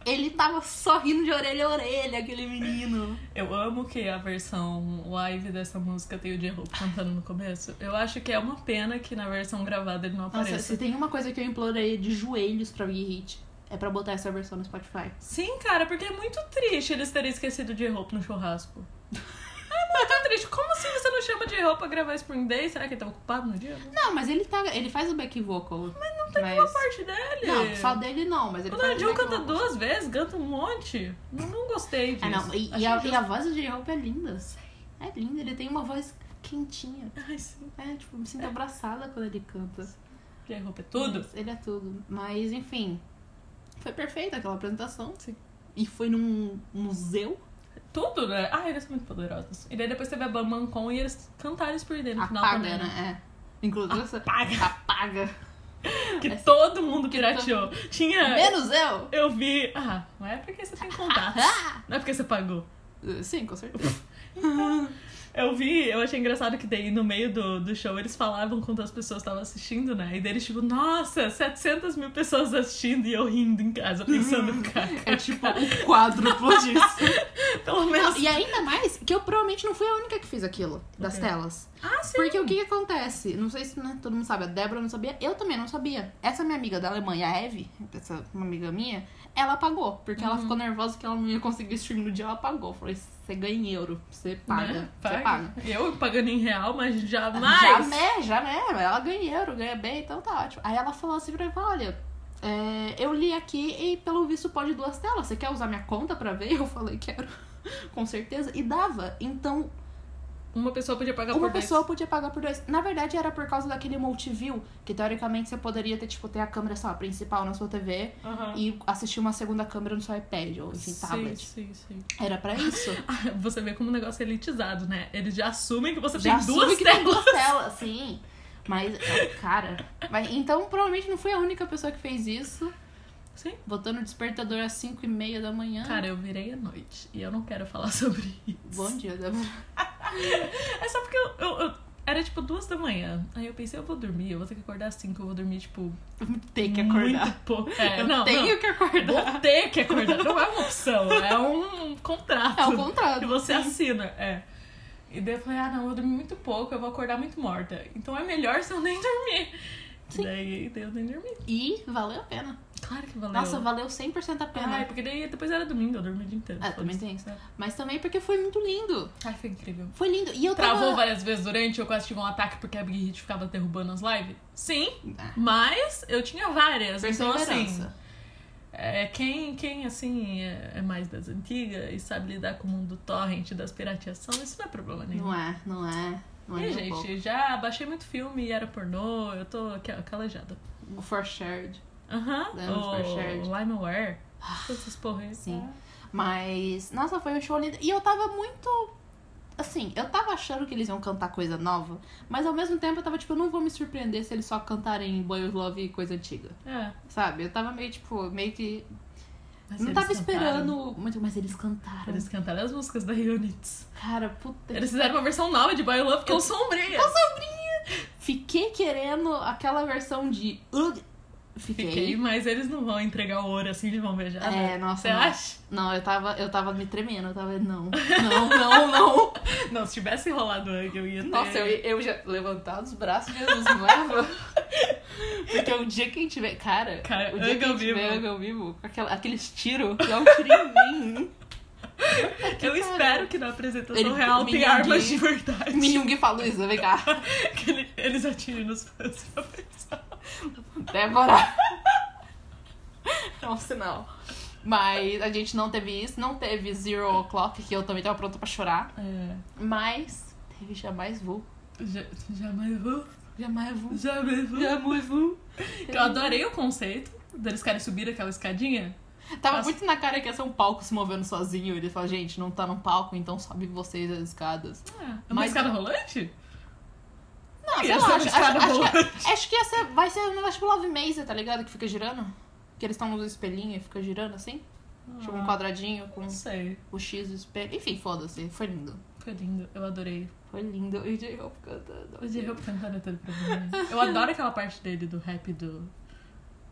ele tava sorrindo de orelha a orelha, aquele menino. Eu amo que a versão live dessa música tem o J-Hope cantando no começo. Eu acho que é uma pena que na versão gravada ele não Nossa, apareça. se tem uma coisa que eu implorei de joelhos pra Wii Hit, é pra botar essa versão no Spotify. Sim, cara, porque é muito triste eles terem esquecido de roupa no churrasco. É muito triste. Como assim você não chama de roupa pra gravar Spring Day? Será que ele tava ocupado no dia? Não, mas ele tá. Ele faz o back vocal. Mas não tem Uma parte dele. Não, só dele não, mas ele é um O faz Nanjum back canta vocal. duas vezes, canta um monte. Não, não gostei disso. Ah, não. E, e Achei a, injusto. e a voz do J-Hope é linda. É linda, ele tem uma voz quentinha. Ai, sim. É, tipo, me sinto abraçada quando ele canta. J-Hope é tudo. Mas Ele é tudo. Mas, enfim, foi perfeita aquela apresentação. Sim. E foi num museu. Tudo, né? Ah, eles são muito poderosos. E daí depois teve a Bamancon e eles cantaram Spring Day no final Apaga, também. né? É. Inclusive, essa- Apaga. apaga. Ah, Que todo mundo pirateou. Tinha. Menos Ah, eu! Eu vi. Ah, não é porque você tem contato. Não é porque você pagou. Ah! Sim, com certeza. Eu vi, eu achei engraçado que daí no meio do, do show eles falavam quantas pessoas estavam assistindo, né? E daí eles tipo, nossa, 700 mil pessoas assistindo e eu rindo em casa, pensando, cara, É tipo o quádruplo disso. pelo Não, menos. e ainda mais que eu provavelmente não fui a única que fiz aquilo das Ok. telas. Ah, sim. Porque o que, que acontece? Não sei se né, todo mundo sabe, a Débora não sabia, eu também não sabia. Essa minha amiga da Alemanha, a Eve, essa uma amiga minha, ela apagou. Porque Uhum. ela ficou nervosa que ela não ia conseguir stream no dia, ela apagou. Eu Falei, você ganha em euro, você paga. Né? Você paga. Eu pagando em real, mas jamais. Jamais, jamais. Ela ganha em euro, ganha bem, então tá ótimo. Aí ela falou assim pra mim, falou, olha, é, eu li aqui e pelo visto pode duas telas. Você quer usar minha conta pra ver? Eu falei, quero. Com certeza. E dava. Então, Uma pessoa podia pagar uma por dois. pessoa podia pagar por dois. Na verdade, era por causa daquele multiview, que teoricamente você poderia ter, tipo, ter a câmera, sei lá, principal na sua TV Aham. e assistir uma segunda câmera no seu iPad ou enfim, tablet. Sim, sim, sim. Era pra isso. Ah, Você vê como um negócio é elitizado, né? Eles já assumem que você Já tem assume duas que telas. tem duas telas, sim. Mas, cara. Mas, então, provavelmente não fui a única pessoa que fez isso. Sim. Botando o despertador às 5 e meia da manhã. Cara, eu virei à noite e eu não quero falar sobre isso. Bom dia, Débora. É só porque eu, eu- eu- era tipo duas da manhã. Aí eu pensei, eu vou dormir, eu vou ter que acordar às cinco, eu vou dormir, tipo, Tem que muito acordar. pouco. É, não, Tenho não. que acordar. Vou ter que acordar. Não é uma opção, é um contrato. É o contrário. que você assina, é. E daí eu falei, ah, não, eu dormi muito pouco, eu vou acordar muito morta. Então é melhor se eu nem dormir. Sim. Daí, daí eu nem dormi. E valeu a pena. Claro que valeu. Nossa, valeu 100% a pena. Ai, porque daí depois era domingo, eu dormi o dia inteiro. Ah, também Foda-se. tem isso. É. Mas também porque foi muito lindo. Ai, foi incrível. Foi lindo. E eu tava... Travou várias vezes durante, eu quase tive um ataque porque a Big Hit ficava derrubando as lives. Sim, Ah. mas eu tinha várias. Então, assim, Perseverança. é, quem, quem assim é, é mais das antigas e sabe lidar com o mundo torrent das piratiação, isso não é problema nenhum. Não é, não é. Não é E, nem um gente, já baixei muito filme e era pornô, eu tô ca- calejada. pouco. O For Shared. Aham, Lembra do Super Shared? o LimeWare, todas essas porra aí. Sim. Mas, nossa, foi um show lindo. E eu tava muito. Assim, eu tava achando que eles iam cantar coisa nova, mas ao mesmo tempo eu tava tipo, eu não vou me surpreender se eles só cantarem Boy of Love e coisa antiga, É, sabe? Eu tava meio tipo, meio que Mas Não eles tava cantaram. esperando muito, mas eles cantaram. Eles cantaram as músicas da Reunites. Cara, puta. Eles fizeram uma versão nova de Boy Love com sombrinha. Fiquei querendo aquela versão de. Ugh. Fiquei. Fiquei, mas eles não vão entregar o ouro assim de mão beijada. É, nossa, Você não. acha? Não, eu tava, eu tava me tremendo. Eu tava. Não, não, não, não. Não, se tivesse rolado antes, eu ia ter. Nossa, eu, eu já levantar os braços, Jesus, me leva. Porque o dia que a gente vê. Cara, Cara, o dia que a Angle gente vê Vivo. Angle Vivo, com aquela- aqueles tiros, dá um tiro em mim. Eu espero que na apresentação Ele- real Minion tenha armas Gay. de verdade. Minhung falou isso, vem cá. Que ele- eles atirem nos fãs pra pensar. Débora. É um sinal. Mas a gente não teve isso, não teve Zero O'Clock, que eu também tava pronta pra chorar. É. Mas teve Jamais Vou. Ja- Jamais vou. Jamais Vou. Jamais vou. Jamais Vou. Eu adorei o conceito deles querem subir aquela escadinha. Tava Nossa. muito na cara que ia ser um palco se movendo sozinho. Ele falou, gente, não tá num palco, então sobe vocês as escadas. Ah, é uma Mas- escada rolante? Não, sei Ia ser lá, é uma acho, escada acho- acho rolante. que, é- acho que ia ser, vai ser um negócio tipo Love Maze, tá ligado? Que fica girando. Que eles estão nos espelhinhos e fica girando assim. Tipo um Ah, quadradinho com Não sei. o X do espelho. Enfim, foda-se. Foi lindo. Foi lindo, eu adorei. Foi lindo. E o J-Hope cantando. O J-Hope cantando é tudo pra mim. Eu adoro aquela parte dele do rap do.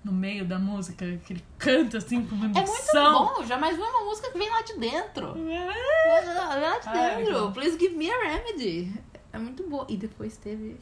No meio da música, que ele canta assim com uma É muito emoção. bom. Jamais vi uma música que vem lá de dentro. É Vem lá de Ah, é dentro. bom. Please give me a remedy. É muito boa. E depois teve...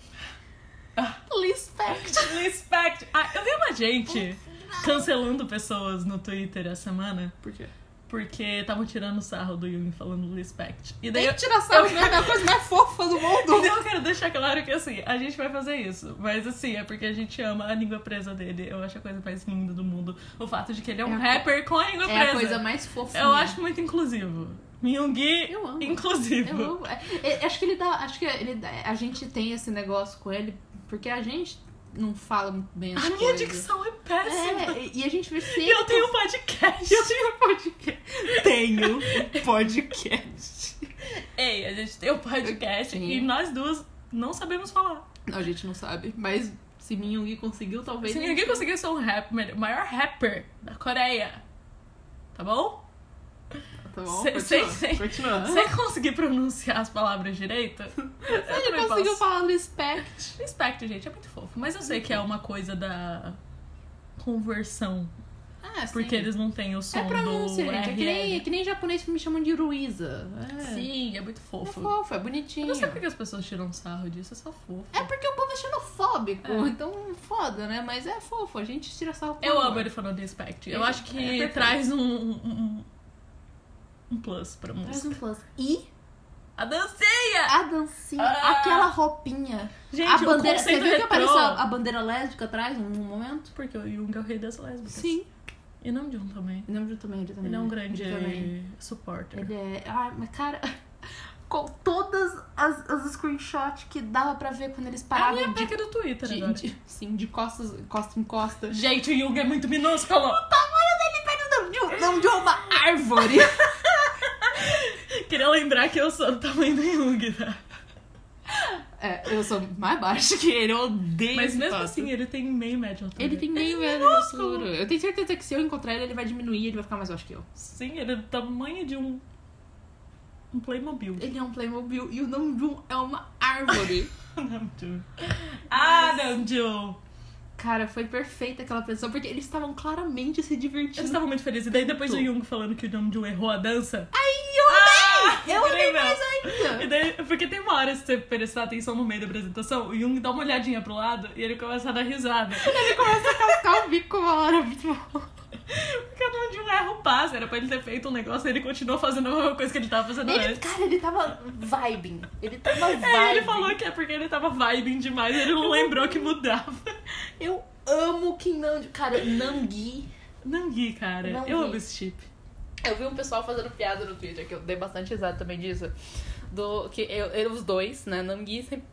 Ah. Respect. Respect! Ah, eu vi uma gente cancelando pessoas no Twitter essa semana Por quê? porque estavam tirando sarro do Yumi falando respect. E daí Tem eu, que tirar sarro, É né? É a coisa mais fofa do mundo. Então eu quero deixar claro que assim, a gente vai fazer isso. Mas assim, é porque a gente ama a língua presa dele. Eu acho a coisa mais linda do mundo. O fato de que ele é É um a co- rapper com a língua É presa. a coisa mais fofinha. Eu acho muito inclusivo. Myungi, Eu amo. inclusivo. Eu amo. É, é, acho que ele dá. Acho que ele dá- a gente tem esse negócio com ele, porque a gente não fala muito bem as A minha coisas. dicção é péssima. É, e a gente vê E sempre. eu tenho um podcast. Eu tenho um podcast. Tenho um podcast. Ei, a gente tem um podcast Sim. e nós duas não sabemos falar. Não, a gente não sabe, mas se Minhyung conseguiu, talvez. Se a ninguém gente- conseguir ser um rap, melhor- maior rapper da Coreia. Tá bom? Tá bom? Sei- Continua. sei- sei. Continua. Sem conseguir pronunciar as palavras direito, eu Ele também conseguiu posso. falar respect. Respecto, gente, é muito fofo. Mas eu sei que é uma coisa da conversão. Ah, sim. Porque eles não têm o som É pronúncia, do gente. É que, nem, é RR. que nem japonês que me chamam de Ruiza. É. Sim, é muito É fofo. fofo, é Eu bonitinho. não sei por que as pessoas tiram sarro disso, é só fofo. É porque o povo é xenofóbico, É. então foda, né? Mas é fofo, a gente tira sarro por Eu amor. amo ele falando de respect. Eu É, acho é que perfeito. traz um, um, um plus pra Traz música. um plus. E A dancinha! a dancinha, Ah. aquela roupinha. Gente, a o bandeira. Você conceito viu que retrô. apareceu a, a bandeira lésbica atrás num momento? Porque o Jung é o rei das lésbicas. Sim. E não de um também. Ele é um também, ele também. Ele é um grande Ele também. supporter. Ele é. Ai, mas cara. Com todas as, as screenshots que dava pra ver quando eles É A paravam minha de, peca do Twitter de, agora. de- Sim, de costas, costa em costa. Gente, o Jung é muito minúsculo. Tamanho dele tá no nome de, um- não, de uma árvore. Queria lembrar que eu sou do tamanho do Jung, tá? É, eu sou mais baixa que ele, eu odeio Mas esse mesmo fato. assim, ele tem meio média altura. é Ele tem meio velho minúsculo. Eu tenho certeza que se eu encontrar ele, ele vai diminuir, ele vai ficar mais baixo que eu. Sim, ele é do tamanho de um. Um Playmobil. Ele é um Playmobil e o Namjoon é uma árvore. Namjoon. Ah, Namjoon! Cara, foi perfeita aquela apresentação, porque eles estavam claramente se Eu divertindo. estava muito feliz. E daí depois o Jung falando que o Namjoon errou a dança. Ai, eu amei! eu amei incrível. mais E ainda! daí, porque tem uma hora, se você prestar atenção no meio da apresentação, o Jung dá uma olhadinha pro lado e ele começa a dar risada. Ele começa a cascar o bico tá uma hora, muito bom. Porque o Namjoon erra o passo. Era pra ele ter feito um negócio e ele continuou fazendo a mesma coisa que ele tava fazendo Ele, antes. cara, ele tava vibing. Ele tava vibing. É, ele falou que é porque ele tava vibing demais, ele não lembrou que mudava. Eu amo Kim Namjoon. Cara, Namgui... Nangui, cara. Nangui. Eu amo esse chip. Eu vi um pessoal fazendo piada no Twitter, que eu dei bastante risada também disso. Do, que eu, eu- os dois, né? Namgui sempre.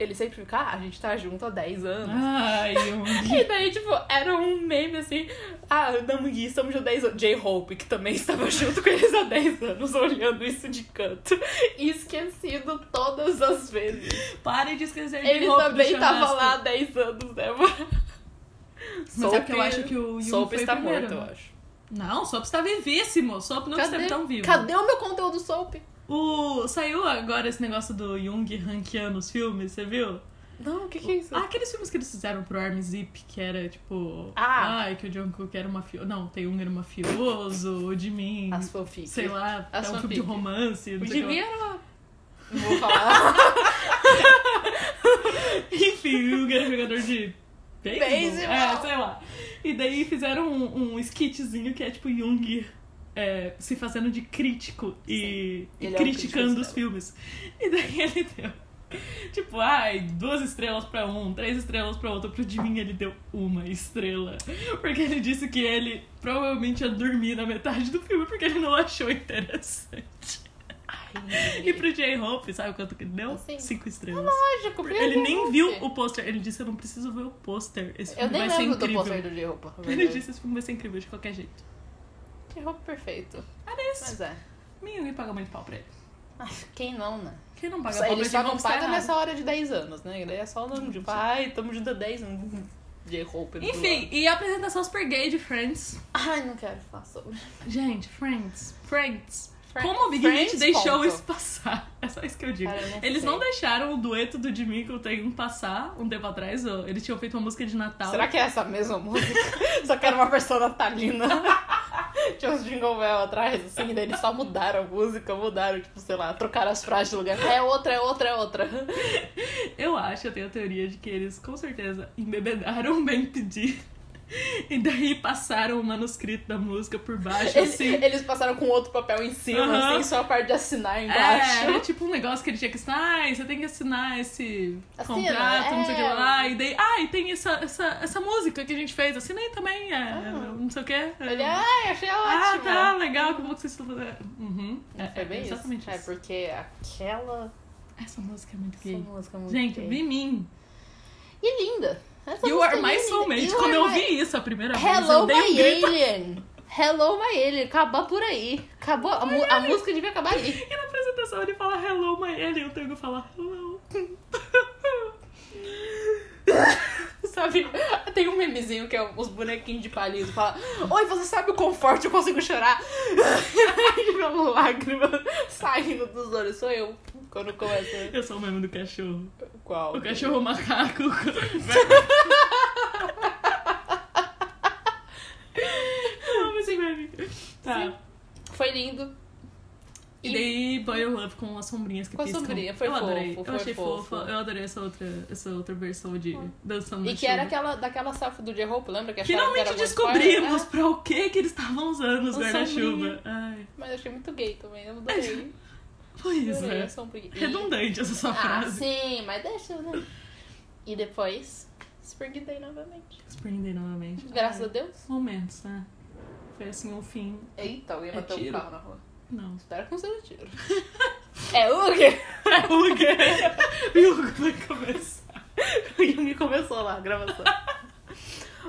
Ele sempre fica, ah, a gente tá junto há 10 anos. Ai, Yong. E daí, tipo, era um meme assim, ah, Namgui, estamos há 10 anos. J-Hope, que também estava junto com eles há 10 anos, olhando isso de canto. E esquecido todas as vezes. Parem de esquecer de Ele roupa do também tava churrasco. lá há 10 anos, né, mano? Mas é porque eu acho que o Yong Soap foi está primeiro, morto, eu né? acho. Não, só pra estar vivíssimo. Só pra não estar tão vivo. cadê o meu conteúdo soap? O... Saiu agora esse negócio do Jung ranqueando os filmes, você viu? Não, o que, que é isso? Ah, aqueles filmes que eles fizeram pro Army Zip, que era tipo. Ah. Ai, que o Jungkook era mafioso. Não, tem um era mafioso, o Jimin. As fanfics. Sei lá, As é um filme fanfic. de romance. O Não sei o é Jimmy que lá. era uma... Não vou falar. Enfim, o grande jogador de. Beisebol? Beisebol. É, sei lá. E daí fizeram um, um skitzinho que é tipo Jung é, se fazendo de crítico e, e Ele é um criticando crítico os filmes. E daí ele deu. Tipo, ai, duas estrelas pra um, três estrelas pra outro. Pro Jimin ele deu uma estrela. Porque ele disse que ele provavelmente ia dormir na metade do filme porque ele não achou interessante. E pro J-Hope, sabe quanto que ele deu? Assim. Cinco É estrelas. Lógico, porque Ele nem é viu você. o pôster. Ele disse: Eu não preciso ver o pôster. Esse Eu filme nem vai ser lembro do incrível. pôster do de roupa. ele disse: Esse filme vai ser incrível de qualquer jeito. de roupa perfeito. Era isso. Mas é. Nem alguém paga muito pau pra ele. Ah, Quem não, né? Quem não paga Só- pau pra ele só não está paga errado. é nessa hora de 10 anos, né? Daí é só o nome de pai, tamo junto há 10 anos. De roupa. do Enfim, lado. e a apresentação super gay de Friends. Ai, não quero falar sobre. Gente, Friends. Friends. Friends. Como o Big Hit Friends, deixou ponto. isso passar? É só isso que eu digo. Cara, eu não Eles sei. não deixaram o dueto do Jimmy com o Taehyung passar um tempo atrás. ó. Eles tinham feito uma música de Natal. Será que é essa mesma música? só quero uma versão natalina. Tinha uns jingle bell atrás, assim, daí eles só mudaram a música, mudaram, tipo, sei lá, trocaram as frases de lugar. É outra, é outra, é outra. Eu acho, eu tenho a teoria de que eles com certeza embebedaram um bem pedir. E daí passaram o manuscrito da música por baixo, Eles, assim. eles passaram com outro papel em cima, Aham. assim, só a parte de assinar É, embaixo. era tipo um negócio que ele tinha que assinar, ai, você tem que assinar esse Assina, contrato, não sei o que é. lá. E daí, ai, tem essa, essa, essa música que a gente fez, assinei também, é, não sei o que. Ah. Ele, ai, achei ah, ótimo. tá, legal, como que vocês estão fazendo? Uhum. É, Foi bem é exatamente isso. É porque aquela. isso. Essa música é muito Essa gay. música é muito Gente, gay. Bimin. E é linda. Essa You música are é my linda. soulmate. You Quando are my- eu ouvi isso a primeira vez, eu Hello, dei um my grito. alien. Hello, my alien. Acabar por aí. Acabou. A, mu- a música devia acabar ali. E na apresentação ele fala hello, my alien. O Tango fala hello. Sabe? Tem um memezinho que é os bonequinhos de palito. Fala: Oi, você sabe o quão forte eu consigo chorar? E uma lágrima saindo dos olhos. Sou eu. Quando começa. Eu sou o mesmo do cachorro. Qual? O cachorro macaco. Eu amo esse meme. Tá. Foi lindo. E daí Boy Eu Love com as sombrinhas que Com a piscam. sombrinha, foi eu adorei. fofo, eu foi achei fofo. fofa. Eu adorei essa outra, essa outra versão de dançando E na que era chuva. aquela, daquela safra do J-Hope, lembra? Que acharam que Finalmente era É, descobrimos muito forte? pra o que que eles estavam usando os O guarda-chuva. sombrinha. Ai, É, mas eu achei muito gay também, eu adorei. Foi isso, adorei é. a sombrinha. um E- Redundante essa sua Ah, frase. sim, mas deixa, né? E depois, Spring Day novamente. Surpreender novamente. Graças Ai, a Deus. Momentos, né? Foi assim o fim. Eita, alguém É bateu um tiro? carro na rua. Não. Espero que não seja tiro. é o quê? É o Hugo. E o Hugo vai começar. O Yumi começou lá a gravação.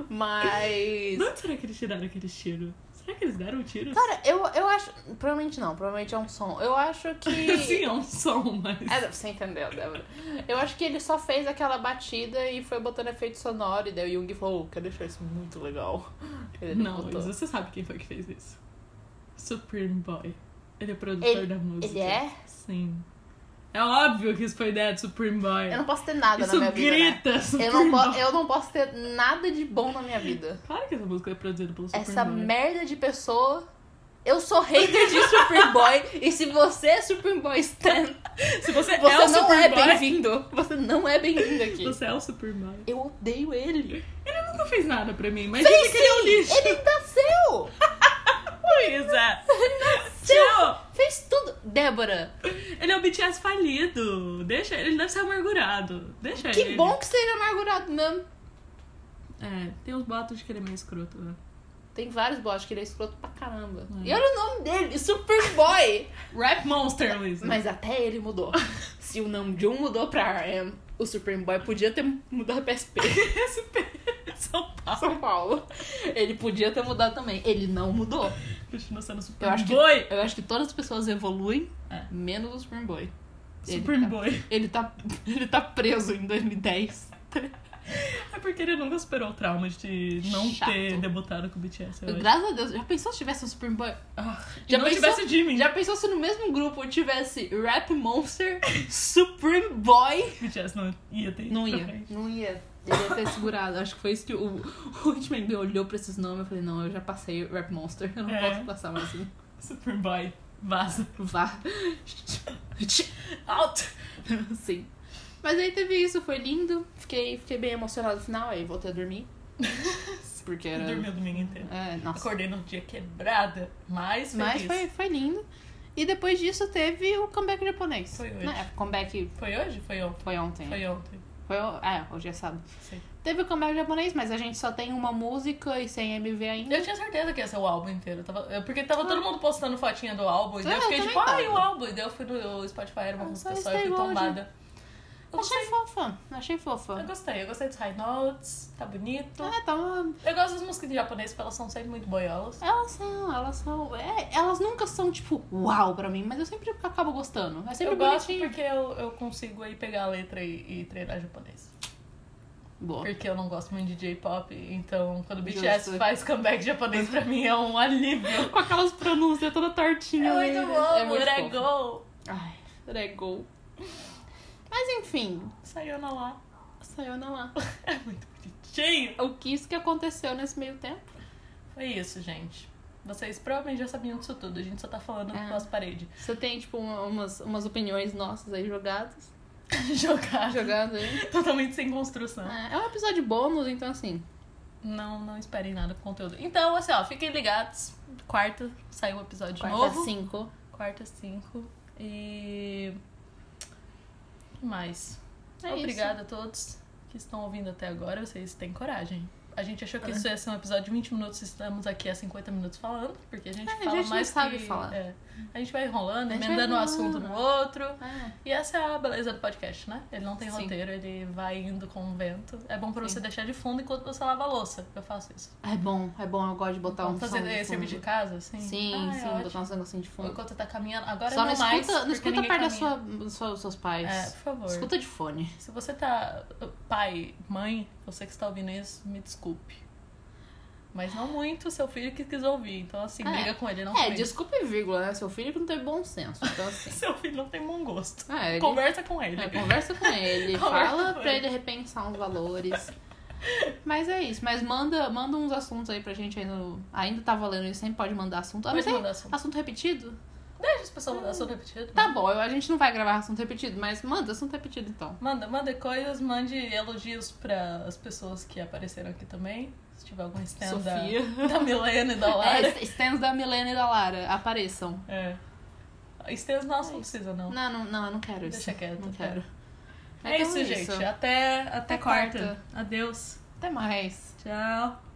Mas... De onde será que eles tiraram aquele tiro? Será que eles deram tiros? Cara, eu, eu acho... Provavelmente não, provavelmente é um som. Eu acho que... Sim, é um som, mas. É, você entendeu, Débora. Eu acho que ele só fez aquela batida e foi botando efeito sonoro, e daí o Jung falou, "Oh, quero deixar isso muito legal. Ele Não, é botou. mas você sabe quem foi que fez isso. Supreme Boy. Ele é produtor Ele- da música. Ele é? Sim. É óbvio que isso foi ideia do Supreme Boy. Eu não posso ter nada isso na minha vida. grita, Né? Supreme Eu, não po- Boy. eu não posso ter nada de bom na minha vida. Claro que essa música é produzida pelo Supreme Essa Boy. merda de pessoa. Eu sou hater de Superboy. e se você é Superboy Stan, Se você, você é o não Supreme é Boy, bem-vindo. Você não é bem-vindo aqui. Você é o Supreme Boy. Eu odeio ele. Ele nunca fez nada pra mim, mas Fez dizem que ele é um sim! lixo. Ele nasceu! Luísa! é. Tchau! Fez tudo. Débora, Ele é o BTS falido. Deixa ele, ele deve ser amargurado. Deixa ele. Que bom que você era amargurado mesmo. É, tem uns botos de que ele é meio escroto, né? Tem vários bots que ele é escroto pra caramba. É. E olha o nome dele, Superboy. Rap Monster, Luísa. Mas até ele mudou. Se o Namjoon mudou pra RM, o Superboy podia ter mudado pra SP SP São Paulo. São Paulo. Ele podia ter mudado também. Ele não mudou. Continua sendo Super Eu acho que, Boy. eu acho que todas as pessoas evoluem, É. menos o Superboy. Ele Super tá- Boy. Ele tá, ele tá preso em 2010. É porque ele nunca superou o trauma de não Chato. ter debutado com o BTS. Eu acho. Graças a Deus, já pensou se tivesse um Super Boy? Ah, Já já não pensou- tivesse Jimmy. Já pensou se no mesmo grupo tivesse Rap Monster, Supreme Boy? BTS não ia ter. ido Não pra ia, frente. não ia. Ele ia ter segurado. Acho que foi isso que o, o Hitman B olhou pra esses nomes e falei, não, eu já passei Rap Monster, eu não É. posso passar mais um. Superboy. Vaza. Vá. Out. Sim. Mas aí teve isso, foi lindo. Fiquei, fiquei bem emocionada no final, aí voltei a dormir. Porque era. Dormiu o domingo inteiro. É, nossa. Acordei no dia quebrada, mas feliz. Mas foi, foi lindo. E depois disso teve o comeback japonês. Foi hoje. Não, é, comeback Foi hoje? Foi ontem. foi ontem. Foi ontem. Foi o- é, hoje é sábado. Sim. Teve o comeback japonês, mas a gente só tem uma música e sem MV ainda. Eu tinha certeza que ia ser o álbum inteiro. eu tava- eu- porque tava todo mundo postando fotinha do álbum. E daí Ah, eu fiquei eu tipo, também ai, tava. o álbum. E daí eu fui no Spotify, era uma Ah, música só só, eu fui estreou hoje. tombada. Eu Achei gostei. fofa, achei Eu fofa. gostei, eu gostei dos high notes, tá bonito. Ah, tá uma... Eu gosto das músicas de japonês, porque elas são sempre muito boiolas. Elas são, elas são. é, elas nunca são, tipo, uau pra mim, mas eu sempre acabo gostando. É sempre eu gosto bonitinho. porque eu, eu consigo aí pegar a letra e, e treinar japonês. Boa. Porque eu não gosto muito de J-pop, então quando o Justo. BTS faz comeback japonês pra mim é um alívio. Com aquelas pronúncias toda tortinha. né? É muito fofo. Rego. Ai, Rego. Mas enfim, Saiu na lá. saiu na lá. É muito bonitinho. O que isso que aconteceu nesse meio tempo? Foi É isso, gente. Vocês provavelmente já sabiam disso tudo. A gente só tá falando É. com as paredes. Você tem, tipo, uma- umas, umas opiniões nossas aí jogadas. Jogar. Jogadas aí. Totalmente sem construção. É, é um episódio bônus, então assim. Não, não esperem nada com conteúdo. Então, assim, ó, fiquem ligados. Quarta saiu o episódio Quarta novo. 5. Quarta, cinco. E. O que mais? É Obrigada a todos que estão ouvindo até agora. Vocês têm coragem. A gente achou que isso ia ser um episódio de 20 minutos, estamos aqui há 50 minutos falando, porque a gente É, a fala gente não mais sabe que- falar. é. a gente vai enrolando, A gente vai emendando um enrolando. assunto no outro. É. E essa é a beleza do podcast, né? Ele não tem Sim. roteiro, ele vai indo com o vento. É bom pra Sim. você deixar de fundo enquanto você lava a louça. Eu faço isso. É bom, é bom, eu gosto de botar um Vamos fazer som de esse serviço de fundo. casa, assim? Sim, Ah, é sim, ótimo. botar uns negocinhos de fundo. Enquanto tá caminhando. Agora Só não não mais, escuta, não porque escuta ninguém perto da caminha. sua, dos seus- seus pais. É, por favor. Escuta de fone. Se você tá. Pai, mãe, você que está ouvindo isso, me desculpe. Mas não muito seu filho que quis ouvir. Então, assim, É. briga com ele, não é, com ele. desculpa e vírgula, né? Seu filho que não teve bom senso. Então, assim. Seu filho não tem bom gosto. é, ele- Conversa com ele. é, conversa com ele, Conversa fala com pra ele. ele repensar uns valores. Mas é isso, mas manda, manda uns assuntos aí pra gente aí no. Ainda tá valendo isso, sempre pode mandar assunto. Ah, Pode mas aí, mandar assunto. assunto repetido? Deixa as pessoas mandar assunto repetido. Tá bom, eu- a gente não vai gravar assunto repetido, mas manda assunto repetido então. Manda, manda coisas, mande elogios para as pessoas que apareceram aqui também. Se tiver algum stand da, Sofia. da Milena e da Lara. É, stands da Milena e da Lara, apareçam. É. Stands nossa não precisa, não. É Não, não, não, eu não quero isso. Deixa quieto, Não tá. quero. Então É isso, gente. Até, até, Até quarta. quarta. Adeus. Até mais. Tchau.